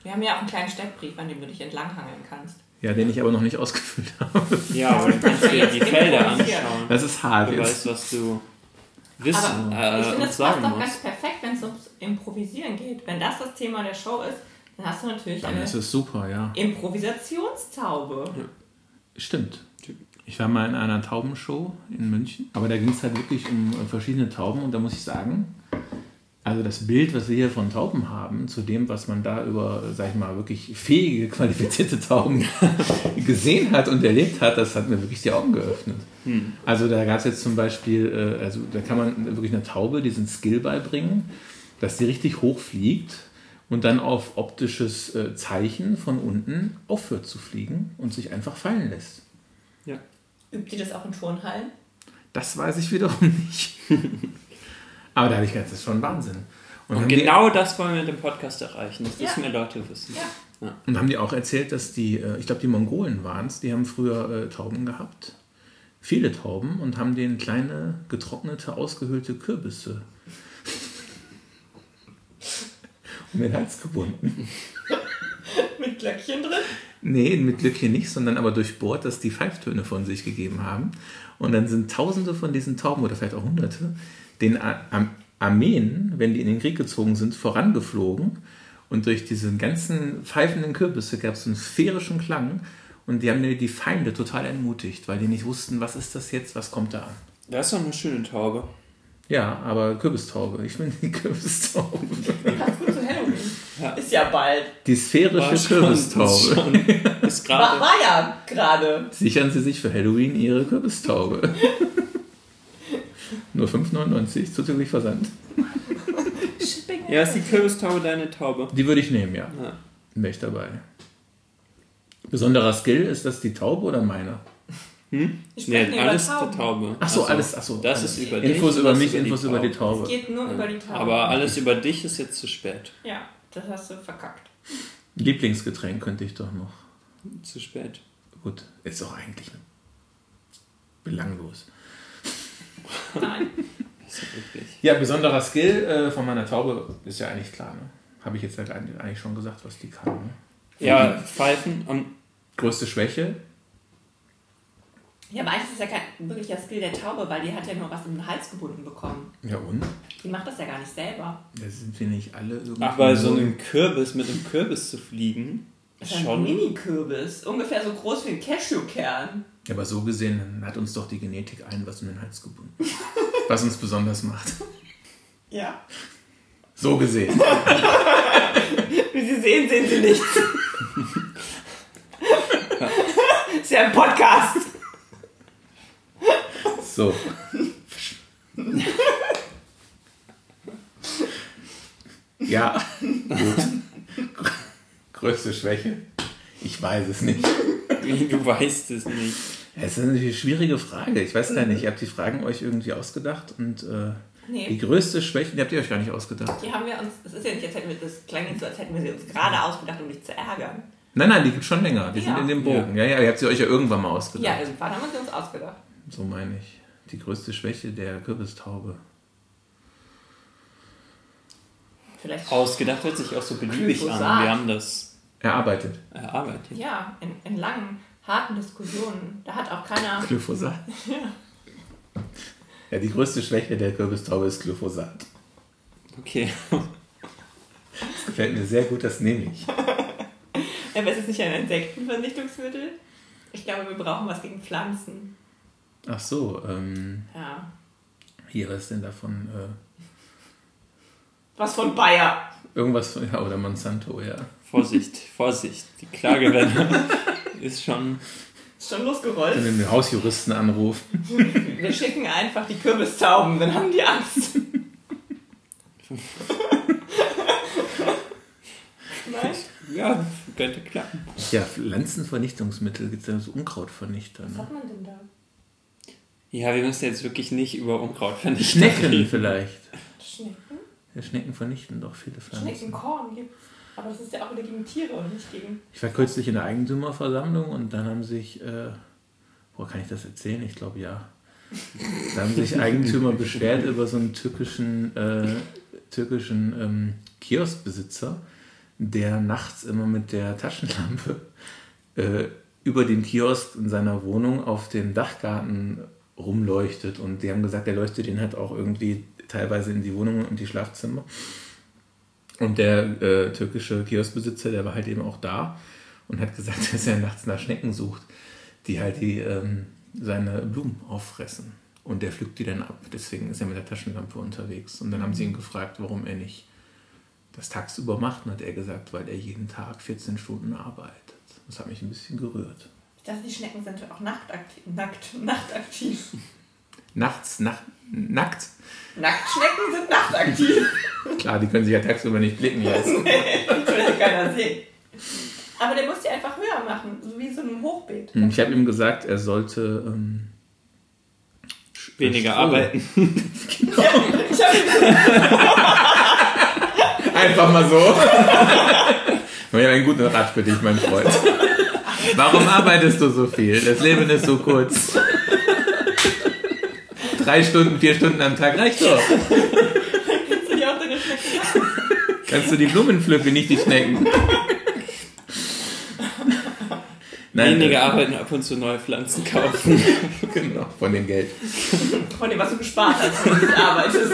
[SPEAKER 1] Wir haben ja auch einen kleinen Steckbrief, an dem du dich entlanghangeln kannst.
[SPEAKER 2] ja, den ich aber noch nicht ausgefüllt habe.
[SPEAKER 3] Ja, aber dann kannst du dir die Felder
[SPEAKER 1] Improvisiert.
[SPEAKER 3] anschauen.
[SPEAKER 2] Das ist hart
[SPEAKER 3] Du
[SPEAKER 2] jetzt.
[SPEAKER 3] weißt, was du
[SPEAKER 1] Aber
[SPEAKER 3] wissen
[SPEAKER 1] ich
[SPEAKER 3] äh,
[SPEAKER 1] finde,
[SPEAKER 3] und
[SPEAKER 1] es passt
[SPEAKER 3] sagen
[SPEAKER 1] doch ganz
[SPEAKER 3] musst.
[SPEAKER 1] perfekt, wenn es ums Improvisieren geht. Wenn das das Thema der Show ist, dann hast du natürlich
[SPEAKER 2] Dann
[SPEAKER 1] eine
[SPEAKER 2] ist es super, ja.
[SPEAKER 1] Improvisationstaube.
[SPEAKER 2] Stimmt. Ich war mal in einer Taubenshow in München, aber da ging es halt wirklich um äh, verschiedene Tauben und da muss ich sagen, also das Bild, was wir hier von Tauben haben, zu dem, was man da über, äh, sag ich mal, wirklich fähige, qualifizierte Tauben gesehen hat und erlebt hat, das hat mir wirklich die Augen geöffnet. Also da gab es jetzt zum Beispiel, äh, also da kann man wirklich einer Taube diesen Skill beibringen, dass die richtig hoch fliegt und dann auf optisches äh, Zeichen von unten aufhört zu fliegen und sich einfach fallen lässt.
[SPEAKER 3] Ja.
[SPEAKER 1] Übt ihr das auch in Turnhallen?
[SPEAKER 2] Das weiß ich wiederum nicht. Aber da habe ich gedacht, das ist schon Wahnsinn. Und, haben
[SPEAKER 3] Genau das wollen wir mit dem Podcast erreichen. Das
[SPEAKER 1] Ja.
[SPEAKER 3] müssen wir Leute wissen.
[SPEAKER 1] Ja.
[SPEAKER 2] die, und haben die auch erzählt, dass die, äh, ich glaube, die Mongolen waren es, die haben früher äh, Tauben gehabt. Viele Tauben und haben denen kleine, getrocknete, ausgehöhlte Kürbisse um den Hals gebunden.
[SPEAKER 1] Mit Glöckchen drin?
[SPEAKER 2] Nee, mit Glück hier nicht, sondern aber durchbohrt, dass die Pfeiftöne von sich gegeben haben. Und dann sind Tausende von diesen Tauben oder vielleicht auch Hunderte den Ar- Am- Armeen, wenn die in den Krieg gezogen sind, vorangeflogen. Und durch diese ganzen pfeifenden Kürbisse gab es einen sphärischen Klang. Und die haben die Feinde total entmutigt, weil die nicht wussten, was ist das jetzt, was kommt da an.
[SPEAKER 3] Das ist doch eine schöne Taube.
[SPEAKER 2] Ja, aber Kürbistaube. Ich bin die Kürbistaube.
[SPEAKER 1] Passt gut zu Halloween.
[SPEAKER 3] Ja.
[SPEAKER 1] Ist ja bald.
[SPEAKER 2] Die sphärische
[SPEAKER 3] Ist,
[SPEAKER 2] Kürbistaube.
[SPEAKER 3] schon, ist
[SPEAKER 1] War,
[SPEAKER 3] gerade.
[SPEAKER 1] war ja gerade.
[SPEAKER 2] Sichern Sie sich für Halloween Ihre Kürbistaube. Nur 5,99 zuzüglich Versand.
[SPEAKER 1] Shipping.
[SPEAKER 3] Ja, ist die Kürbistaube deine Taube?
[SPEAKER 2] Die würde ich nehmen, ja.
[SPEAKER 3] Ja.
[SPEAKER 2] Wäre ich dabei. Besonderer Skill, ist das die Taube oder meine?
[SPEAKER 1] Ich spreche
[SPEAKER 3] Nee,
[SPEAKER 1] nur über
[SPEAKER 3] alles
[SPEAKER 1] Tauben.
[SPEAKER 3] die Taube.
[SPEAKER 2] Achso,
[SPEAKER 3] Ach so.
[SPEAKER 2] alles, achso.
[SPEAKER 3] Das
[SPEAKER 2] alles.
[SPEAKER 3] ist über dich.
[SPEAKER 2] Infos über
[SPEAKER 3] das
[SPEAKER 2] mich,
[SPEAKER 3] ist
[SPEAKER 2] Infos über die Taube.
[SPEAKER 1] Geht nur über die Tauben.
[SPEAKER 3] Aber alles über dich ist jetzt zu spät.
[SPEAKER 1] Ja, das hast du verkackt.
[SPEAKER 2] Lieblingsgetränk könnte ich doch noch.
[SPEAKER 3] Zu spät.
[SPEAKER 2] Gut, ist auch eigentlich belanglos.
[SPEAKER 1] Nein.
[SPEAKER 3] Das ist wirklich.
[SPEAKER 2] Ja, besonderer Skill äh, von meiner Taube ist ja eigentlich klar. Ne? Habe ich jetzt halt eigentlich schon gesagt, was die kann. Ne?
[SPEAKER 3] Ja, Pfeifen am
[SPEAKER 2] Größte Schwäche?
[SPEAKER 1] Ja, aber eigentlich ist das ja kein wirklicher Skill der Taube, weil die hat ja nur was in den Hals gebunden bekommen.
[SPEAKER 2] Ja und?
[SPEAKER 1] Die macht das ja gar nicht selber.
[SPEAKER 2] Da sind wir nicht alle irgendwie.
[SPEAKER 3] aber so
[SPEAKER 2] nur-
[SPEAKER 3] einen Kürbis mit einem Kürbis zu fliegen,
[SPEAKER 1] Das
[SPEAKER 3] ist
[SPEAKER 1] ist ein
[SPEAKER 3] schon.
[SPEAKER 1] Mini-Kürbis. Ungefähr so groß wie ein Cashewkern.
[SPEAKER 2] Ja, aber so gesehen hat uns doch die Genetik allen was um den Hals gebunden. was uns besonders macht.
[SPEAKER 1] Ja.
[SPEAKER 2] So gesehen.
[SPEAKER 1] Wie Sie sehen, sehen Sie nichts. ist ja ein Podcast.
[SPEAKER 2] So. ja, gut. Größte Schwäche? Ich weiß es nicht.
[SPEAKER 3] Du weißt es nicht.
[SPEAKER 2] Es ist eine schwierige Frage. Ich weiß gar nicht. Ihr habt die Fragen euch irgendwie ausgedacht und äh,
[SPEAKER 1] Nee.
[SPEAKER 2] die größte Schwäche, die habt ihr euch gar nicht ausgedacht.
[SPEAKER 1] Die haben wir uns, es ist ja nicht, als hätten wir, das klang jetzt so, als hätten wir sie uns gerade ausgedacht, um dich zu ärgern.
[SPEAKER 2] Nein, nein, die gibt schon länger. Die sind
[SPEAKER 1] Ja.
[SPEAKER 2] in dem Bogen. Ja, ja, ihr habt sie euch ja irgendwann mal ausgedacht.
[SPEAKER 1] Ja, irgendwann haben wir sie uns ausgedacht.
[SPEAKER 2] So meine ich. Die größte Schwäche der Kürbistaube.
[SPEAKER 1] Vielleicht.
[SPEAKER 3] Ausgedacht hört sich auch so beliebig an.
[SPEAKER 1] Glyphosat.
[SPEAKER 3] Wir haben das
[SPEAKER 2] Erarbeitet.
[SPEAKER 3] erarbeitet.
[SPEAKER 1] Ja, in, in langen, harten Diskussionen. Da hat auch keiner.
[SPEAKER 2] Glyphosat. Ja, die größte Schwäche der Kürbistaube ist Glyphosat.
[SPEAKER 3] Okay.
[SPEAKER 2] Das gefällt mir sehr gut, das nehme ich.
[SPEAKER 1] Aber ist es nicht ein Insektenvernichtungsmittel? Ich glaube, wir brauchen was gegen Pflanzen.
[SPEAKER 2] Ach so, ähm,
[SPEAKER 1] Ja.
[SPEAKER 2] hier, was ist denn davon? Äh,
[SPEAKER 1] Was von Bayer.
[SPEAKER 2] irgendwas von, ja, oder Monsanto, ja.
[SPEAKER 3] Vorsicht, Vorsicht. Die Klagewelle ist schon.
[SPEAKER 1] Ist schon losgerollt.
[SPEAKER 2] Wenn wir den Hausjuristen anrufen.
[SPEAKER 1] Wir schicken einfach die Kürbistauben, dann haben die Angst. Nein?
[SPEAKER 3] Ja, könnte klappen.
[SPEAKER 2] Ja, Pflanzenvernichtungsmittel gibt es ja so Unkrautvernichter.
[SPEAKER 1] Was
[SPEAKER 2] Ne?
[SPEAKER 1] hat man denn da?
[SPEAKER 3] Ja, wir müssen jetzt wirklich nicht über Unkraut vernichten.
[SPEAKER 2] Schnecken vielleicht.
[SPEAKER 1] Schnecken?
[SPEAKER 2] Ja, Schnecken vernichten doch viele Pflanzen.
[SPEAKER 1] Schneckenkorn gibt's. Aber das ist ja auch wieder gegen Tiere und nicht gegen.
[SPEAKER 2] Ich war kürzlich in der Eigentümerversammlung und dann haben sich, äh, boah, kann ich das erzählen? Ich glaube ja. Da haben sich Eigentümer beschwert über so einen türkischen, äh, türkischen ähm, Kioskbesitzer, der nachts immer mit der Taschenlampe äh, über den Kiosk in seiner Wohnung auf den Dachgarten rumleuchtet. Und die haben gesagt, der leuchtet den halt auch irgendwie teilweise in die Wohnungen und die Schlafzimmer. Und der äh, türkische Kioskbesitzer, der war halt eben auch da und hat gesagt, dass er nachts nach Schnecken sucht, die halt die, ähm, seine Blumen auffressen. Und der pflückt die dann ab. Deswegen ist er mit der Taschenlampe unterwegs. Und dann haben sie
[SPEAKER 3] Mhm.
[SPEAKER 2] ihn gefragt, warum er nicht das tagsüber macht. Und hat er gesagt, weil er jeden Tag 14 Stunden arbeitet. Das hat mich ein bisschen gerührt.
[SPEAKER 1] Ich dachte, die Schnecken sind auch nachtaktiv. Nackt, nachtaktiv.
[SPEAKER 2] Nachts, nach, nackt.
[SPEAKER 1] Nacktschnecken sind nachtaktiv.
[SPEAKER 2] Klar, die können sich ja tagsüber nicht blicken lassen.
[SPEAKER 1] Das will keiner sehen. Aber der muss die einfach höher machen, so wie so ein Hochbeet.
[SPEAKER 2] Ich habe ihm gesagt, er sollte ähm,
[SPEAKER 3] Weniger
[SPEAKER 2] Stroh-
[SPEAKER 3] arbeiten.
[SPEAKER 1] Ich hab
[SPEAKER 2] Einfach mal so. Ich habe einen guten Rat für dich, mein Freund. Warum arbeitest du so viel? Das Leben ist so kurz. Drei Stunden, vier Stunden am Tag reicht doch.
[SPEAKER 1] die auch deine Schnecken.
[SPEAKER 2] Kannst du die Blumen pflücken, nicht die Schnecken. Nein,
[SPEAKER 3] Weniger arbeiten, ab und zu neue Pflanzen kaufen.
[SPEAKER 2] Genau, von dem Geld.
[SPEAKER 1] Von dem, was du gespart hast, wenn du nicht arbeitest.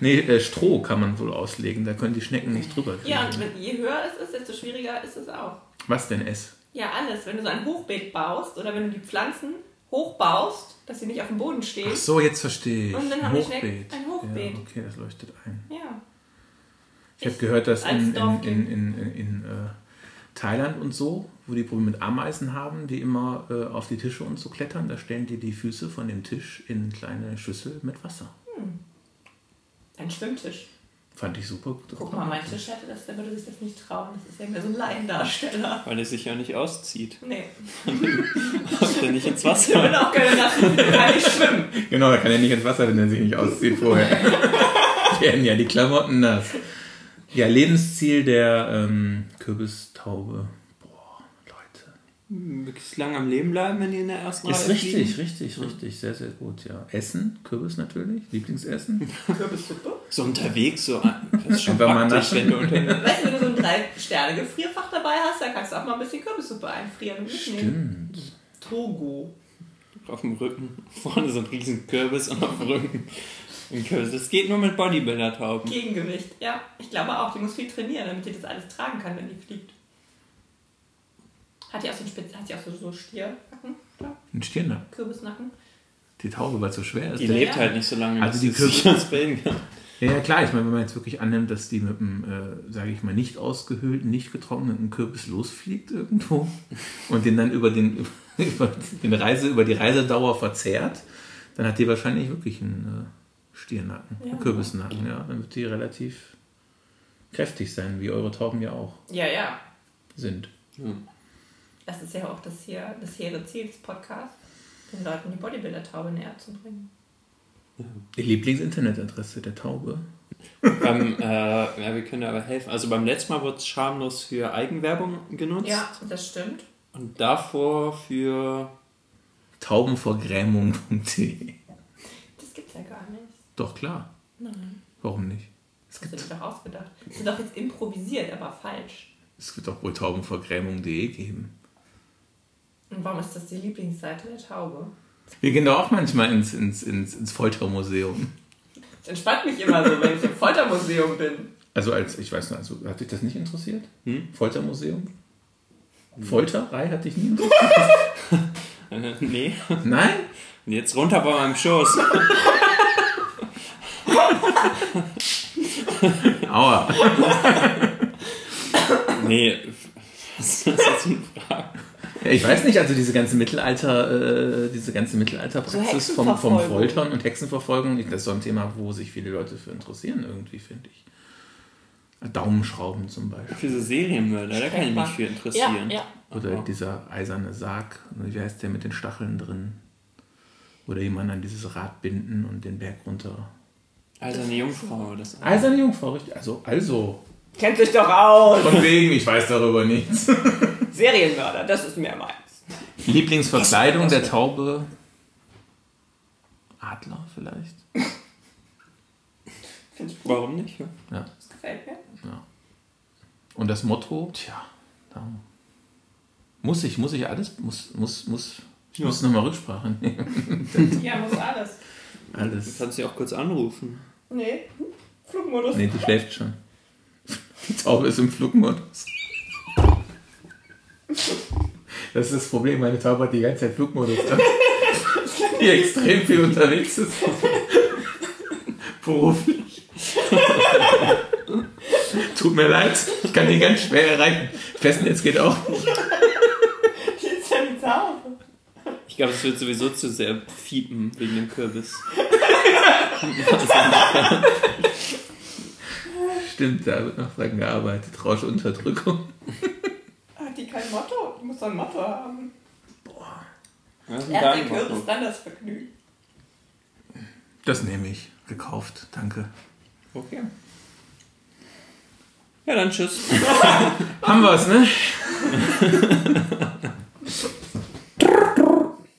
[SPEAKER 2] Nee, äh, Stroh kann man wohl auslegen, da können die Schnecken nicht drüber kriegen.
[SPEAKER 1] Ja, und wenn, je höher es ist, desto schwieriger ist es auch.
[SPEAKER 2] Was denn es?
[SPEAKER 1] Ja, alles. Wenn du so ein Hochbeet baust oder wenn du die Pflanzen hochbaust, dass sie nicht auf dem Boden stehen.
[SPEAKER 2] Ach so, jetzt verstehe ich.
[SPEAKER 1] Und dann haben die Schnecken
[SPEAKER 2] Hochbeet.
[SPEAKER 1] ein Hochbeet.
[SPEAKER 2] Ja, okay, das leuchtet ein.
[SPEAKER 1] Ja.
[SPEAKER 2] Ich habe gehört, dass
[SPEAKER 1] als
[SPEAKER 2] in, in, in,
[SPEAKER 1] Dorfkind.
[SPEAKER 2] in, in, in äh, Thailand und so, wo die Probleme mit Ameisen haben, die immer äh, auf die Tische und so klettern, da stellen die die Füße von dem Tisch in kleine Schüssel mit Wasser.
[SPEAKER 1] Ein Schwimmtisch.
[SPEAKER 2] Fand ich super gut.
[SPEAKER 1] Guck mal, mein Tisch hätte das, der würde sich das nicht trauen. Das ist ja mehr so ein Laiendarsteller.
[SPEAKER 3] Weil er sich ja nicht auszieht.
[SPEAKER 1] Nee.
[SPEAKER 3] Kommt er nicht ins
[SPEAKER 1] Der
[SPEAKER 3] Wasser.
[SPEAKER 1] würde auch gerne lassen, kann nicht schwimmen.
[SPEAKER 2] Genau, er kann ja nicht ins Wasser, wenn er sich nicht auszieht vorher. Werden ja die Klamotten nass. Ja, Lebensziel der ähm, Kürbistaube. Boah, Leute.
[SPEAKER 3] Möglichst lang am Leben bleiben, wenn die in der ersten
[SPEAKER 2] Ist
[SPEAKER 3] Reihe fliegen.
[SPEAKER 2] richtig, richtig, richtig. Sehr, sehr gut, ja. Essen, Kürbis natürlich, Lieblingsessen.
[SPEAKER 1] Kürbissuppe.
[SPEAKER 3] So unterwegs, so ein- das ist schon
[SPEAKER 2] Einfach mal
[SPEAKER 3] praktisch, wenn
[SPEAKER 2] naschen.
[SPEAKER 3] du unterwegs
[SPEAKER 1] Weißt du, wenn du so ein Drei-Sterne-Gefrierfach dabei hast, dann kannst du auch mal ein bisschen Kürbissuppe einfrieren und mitnehmen.
[SPEAKER 2] Stimmt.
[SPEAKER 1] Togo.
[SPEAKER 3] auf dem Rücken. Vorne so ein riesen Kürbis und auf dem Rücken ein Kürbis. Das geht nur mit Bodybuilder-Tauben.
[SPEAKER 1] Gegengewicht. Ja, ich glaube auch, die muss viel trainieren, damit die das alles tragen kann, wenn die fliegt. Hat die auch so, einen Spitz, hat die auch so, so Stiernacken? oder?
[SPEAKER 2] Ein Stirner.
[SPEAKER 1] Kürbisnacken?
[SPEAKER 2] Die Taube, weil es so schwer ist.
[SPEAKER 3] Die lebt halt nicht so lange,
[SPEAKER 2] Also
[SPEAKER 3] bis
[SPEAKER 2] die
[SPEAKER 3] sie sich
[SPEAKER 2] Kürbis-
[SPEAKER 3] das bilden kann.
[SPEAKER 2] Ja, ja, klar, ich meine, wenn man jetzt wirklich annimmt, dass die mit einem, äh, sage ich mal, nicht ausgehöhlten, nicht getrockneten Kürbis losfliegt irgendwo und den dann über, den, über, den Reise, über die Reisedauer verzehrt, dann hat die wahrscheinlich wirklich einen äh, Stiernacken, einen
[SPEAKER 1] Ja.
[SPEAKER 2] Kürbisnacken, ja. Dann wird die relativ kräftig sein, wie eure Tauben ja auch
[SPEAKER 1] Ja, ja.
[SPEAKER 2] sind.
[SPEAKER 1] Das ist ja auch das hier, das hehre Ziel des Podcasts, den Leuten die Bodybuilder-Taube näher zu bringen.
[SPEAKER 2] Die Lieblingsinternetadresse der Taube.
[SPEAKER 3] beim, äh, ja, wir können da aber helfen. Also beim letzten Mal wurde es schamlos für Eigenwerbung genutzt
[SPEAKER 1] Ja, das stimmt.
[SPEAKER 3] und davor für
[SPEAKER 2] Taubenvergrämung.de.
[SPEAKER 1] Das gibt's ja gar nicht.
[SPEAKER 2] Doch klar,
[SPEAKER 1] Nein.
[SPEAKER 2] warum nicht?
[SPEAKER 1] Das hast du dir doch ausgedacht. Das ist doch jetzt improvisiert, aber falsch.
[SPEAKER 2] Es wird doch wohl taubenvergrämung.de geben.
[SPEAKER 1] Und warum ist das die Lieblingsseite der Taube?
[SPEAKER 2] Wir gehen doch auch manchmal ins, ins, ins, ins Foltermuseum.
[SPEAKER 1] Das entspannt mich immer so, wenn ich im Foltermuseum bin.
[SPEAKER 2] Also als, ich weiß nicht, also hat dich das nicht interessiert? Foltermuseum? Folterei hat dich nie interessiert?
[SPEAKER 3] äh, nee.
[SPEAKER 2] Nein?
[SPEAKER 3] Und jetzt runter bei meinem Schoß.
[SPEAKER 2] Aua.
[SPEAKER 3] Nee. Was ist das jetzt für eine Frage?
[SPEAKER 2] Ja, Ich weiß nicht, also diese ganze Mittelalter, äh, diese ganze Mittelalterpraxis
[SPEAKER 1] So
[SPEAKER 2] vom, vom
[SPEAKER 1] Hexenverfolgung.
[SPEAKER 2] Foltern und Hexenverfolgung, ich- das ist so ein Thema, wo sich viele Leute für interessieren, irgendwie, finde ich. Daumenschrauben zum Beispiel.
[SPEAKER 3] Für so Serienmörder, da kann ich mich für interessieren. Oh.
[SPEAKER 1] Ja, ja.
[SPEAKER 2] Oder
[SPEAKER 3] Aha.
[SPEAKER 2] dieser eiserne Sarg, wie heißt der mit den Stacheln drin? Oder jemand an dieses Rad binden und den Berg runter
[SPEAKER 3] Also eine Jungfrau. Das
[SPEAKER 2] Eiserne Jungfrau, richtig. Also, also.
[SPEAKER 1] Kennt sich doch aus.
[SPEAKER 2] Von wegen, ich weiß darüber nichts.
[SPEAKER 1] Serienmörder, das ist mehr meins.
[SPEAKER 2] Lieblingsverkleidung der Taube. Adler vielleicht?
[SPEAKER 1] Finde ich gut.
[SPEAKER 3] Warum nicht? Ja.
[SPEAKER 2] Ja.
[SPEAKER 1] Das gefällt mir.
[SPEAKER 2] Und das Motto, tja, da muss ich, muss ich alles, muss, muss, muss, ich muss nochmal Rücksprache nehmen.
[SPEAKER 1] Ja, muss alles.
[SPEAKER 3] Du
[SPEAKER 2] Alles.
[SPEAKER 3] kannst sie auch kurz anrufen.
[SPEAKER 1] Nee. Flugmodus.
[SPEAKER 2] Nee, die schläft schon. Die Taube ist im Flugmodus. Das ist das Problem, meine Taube hat die ganze Zeit Flugmodus an. Die extrem viel unterwegs ist. Beruflich. Tut mir leid, ich kann die ganz schwer erreichen. Festnetz geht auch.
[SPEAKER 1] Die ist ja die Taube.
[SPEAKER 3] Ich glaube, es wird sowieso zu sehr fiepen wegen dem Kürbis.
[SPEAKER 2] Stimmt, da wird noch dran gearbeitet. Rauschunterdrückung.
[SPEAKER 1] Hat die kein Motto? Die muss doch ein Motto haben.
[SPEAKER 3] Ja, das ist
[SPEAKER 1] Erst
[SPEAKER 3] ein
[SPEAKER 1] der
[SPEAKER 3] Gartenmotto.
[SPEAKER 1] Kürbis, dann das Vergnügen.
[SPEAKER 2] Das nehme ich. Gekauft. Danke.
[SPEAKER 3] Okay. Ja, dann tschüss.
[SPEAKER 2] Haben wir's, ne?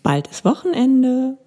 [SPEAKER 1] Bald ist Wochenende.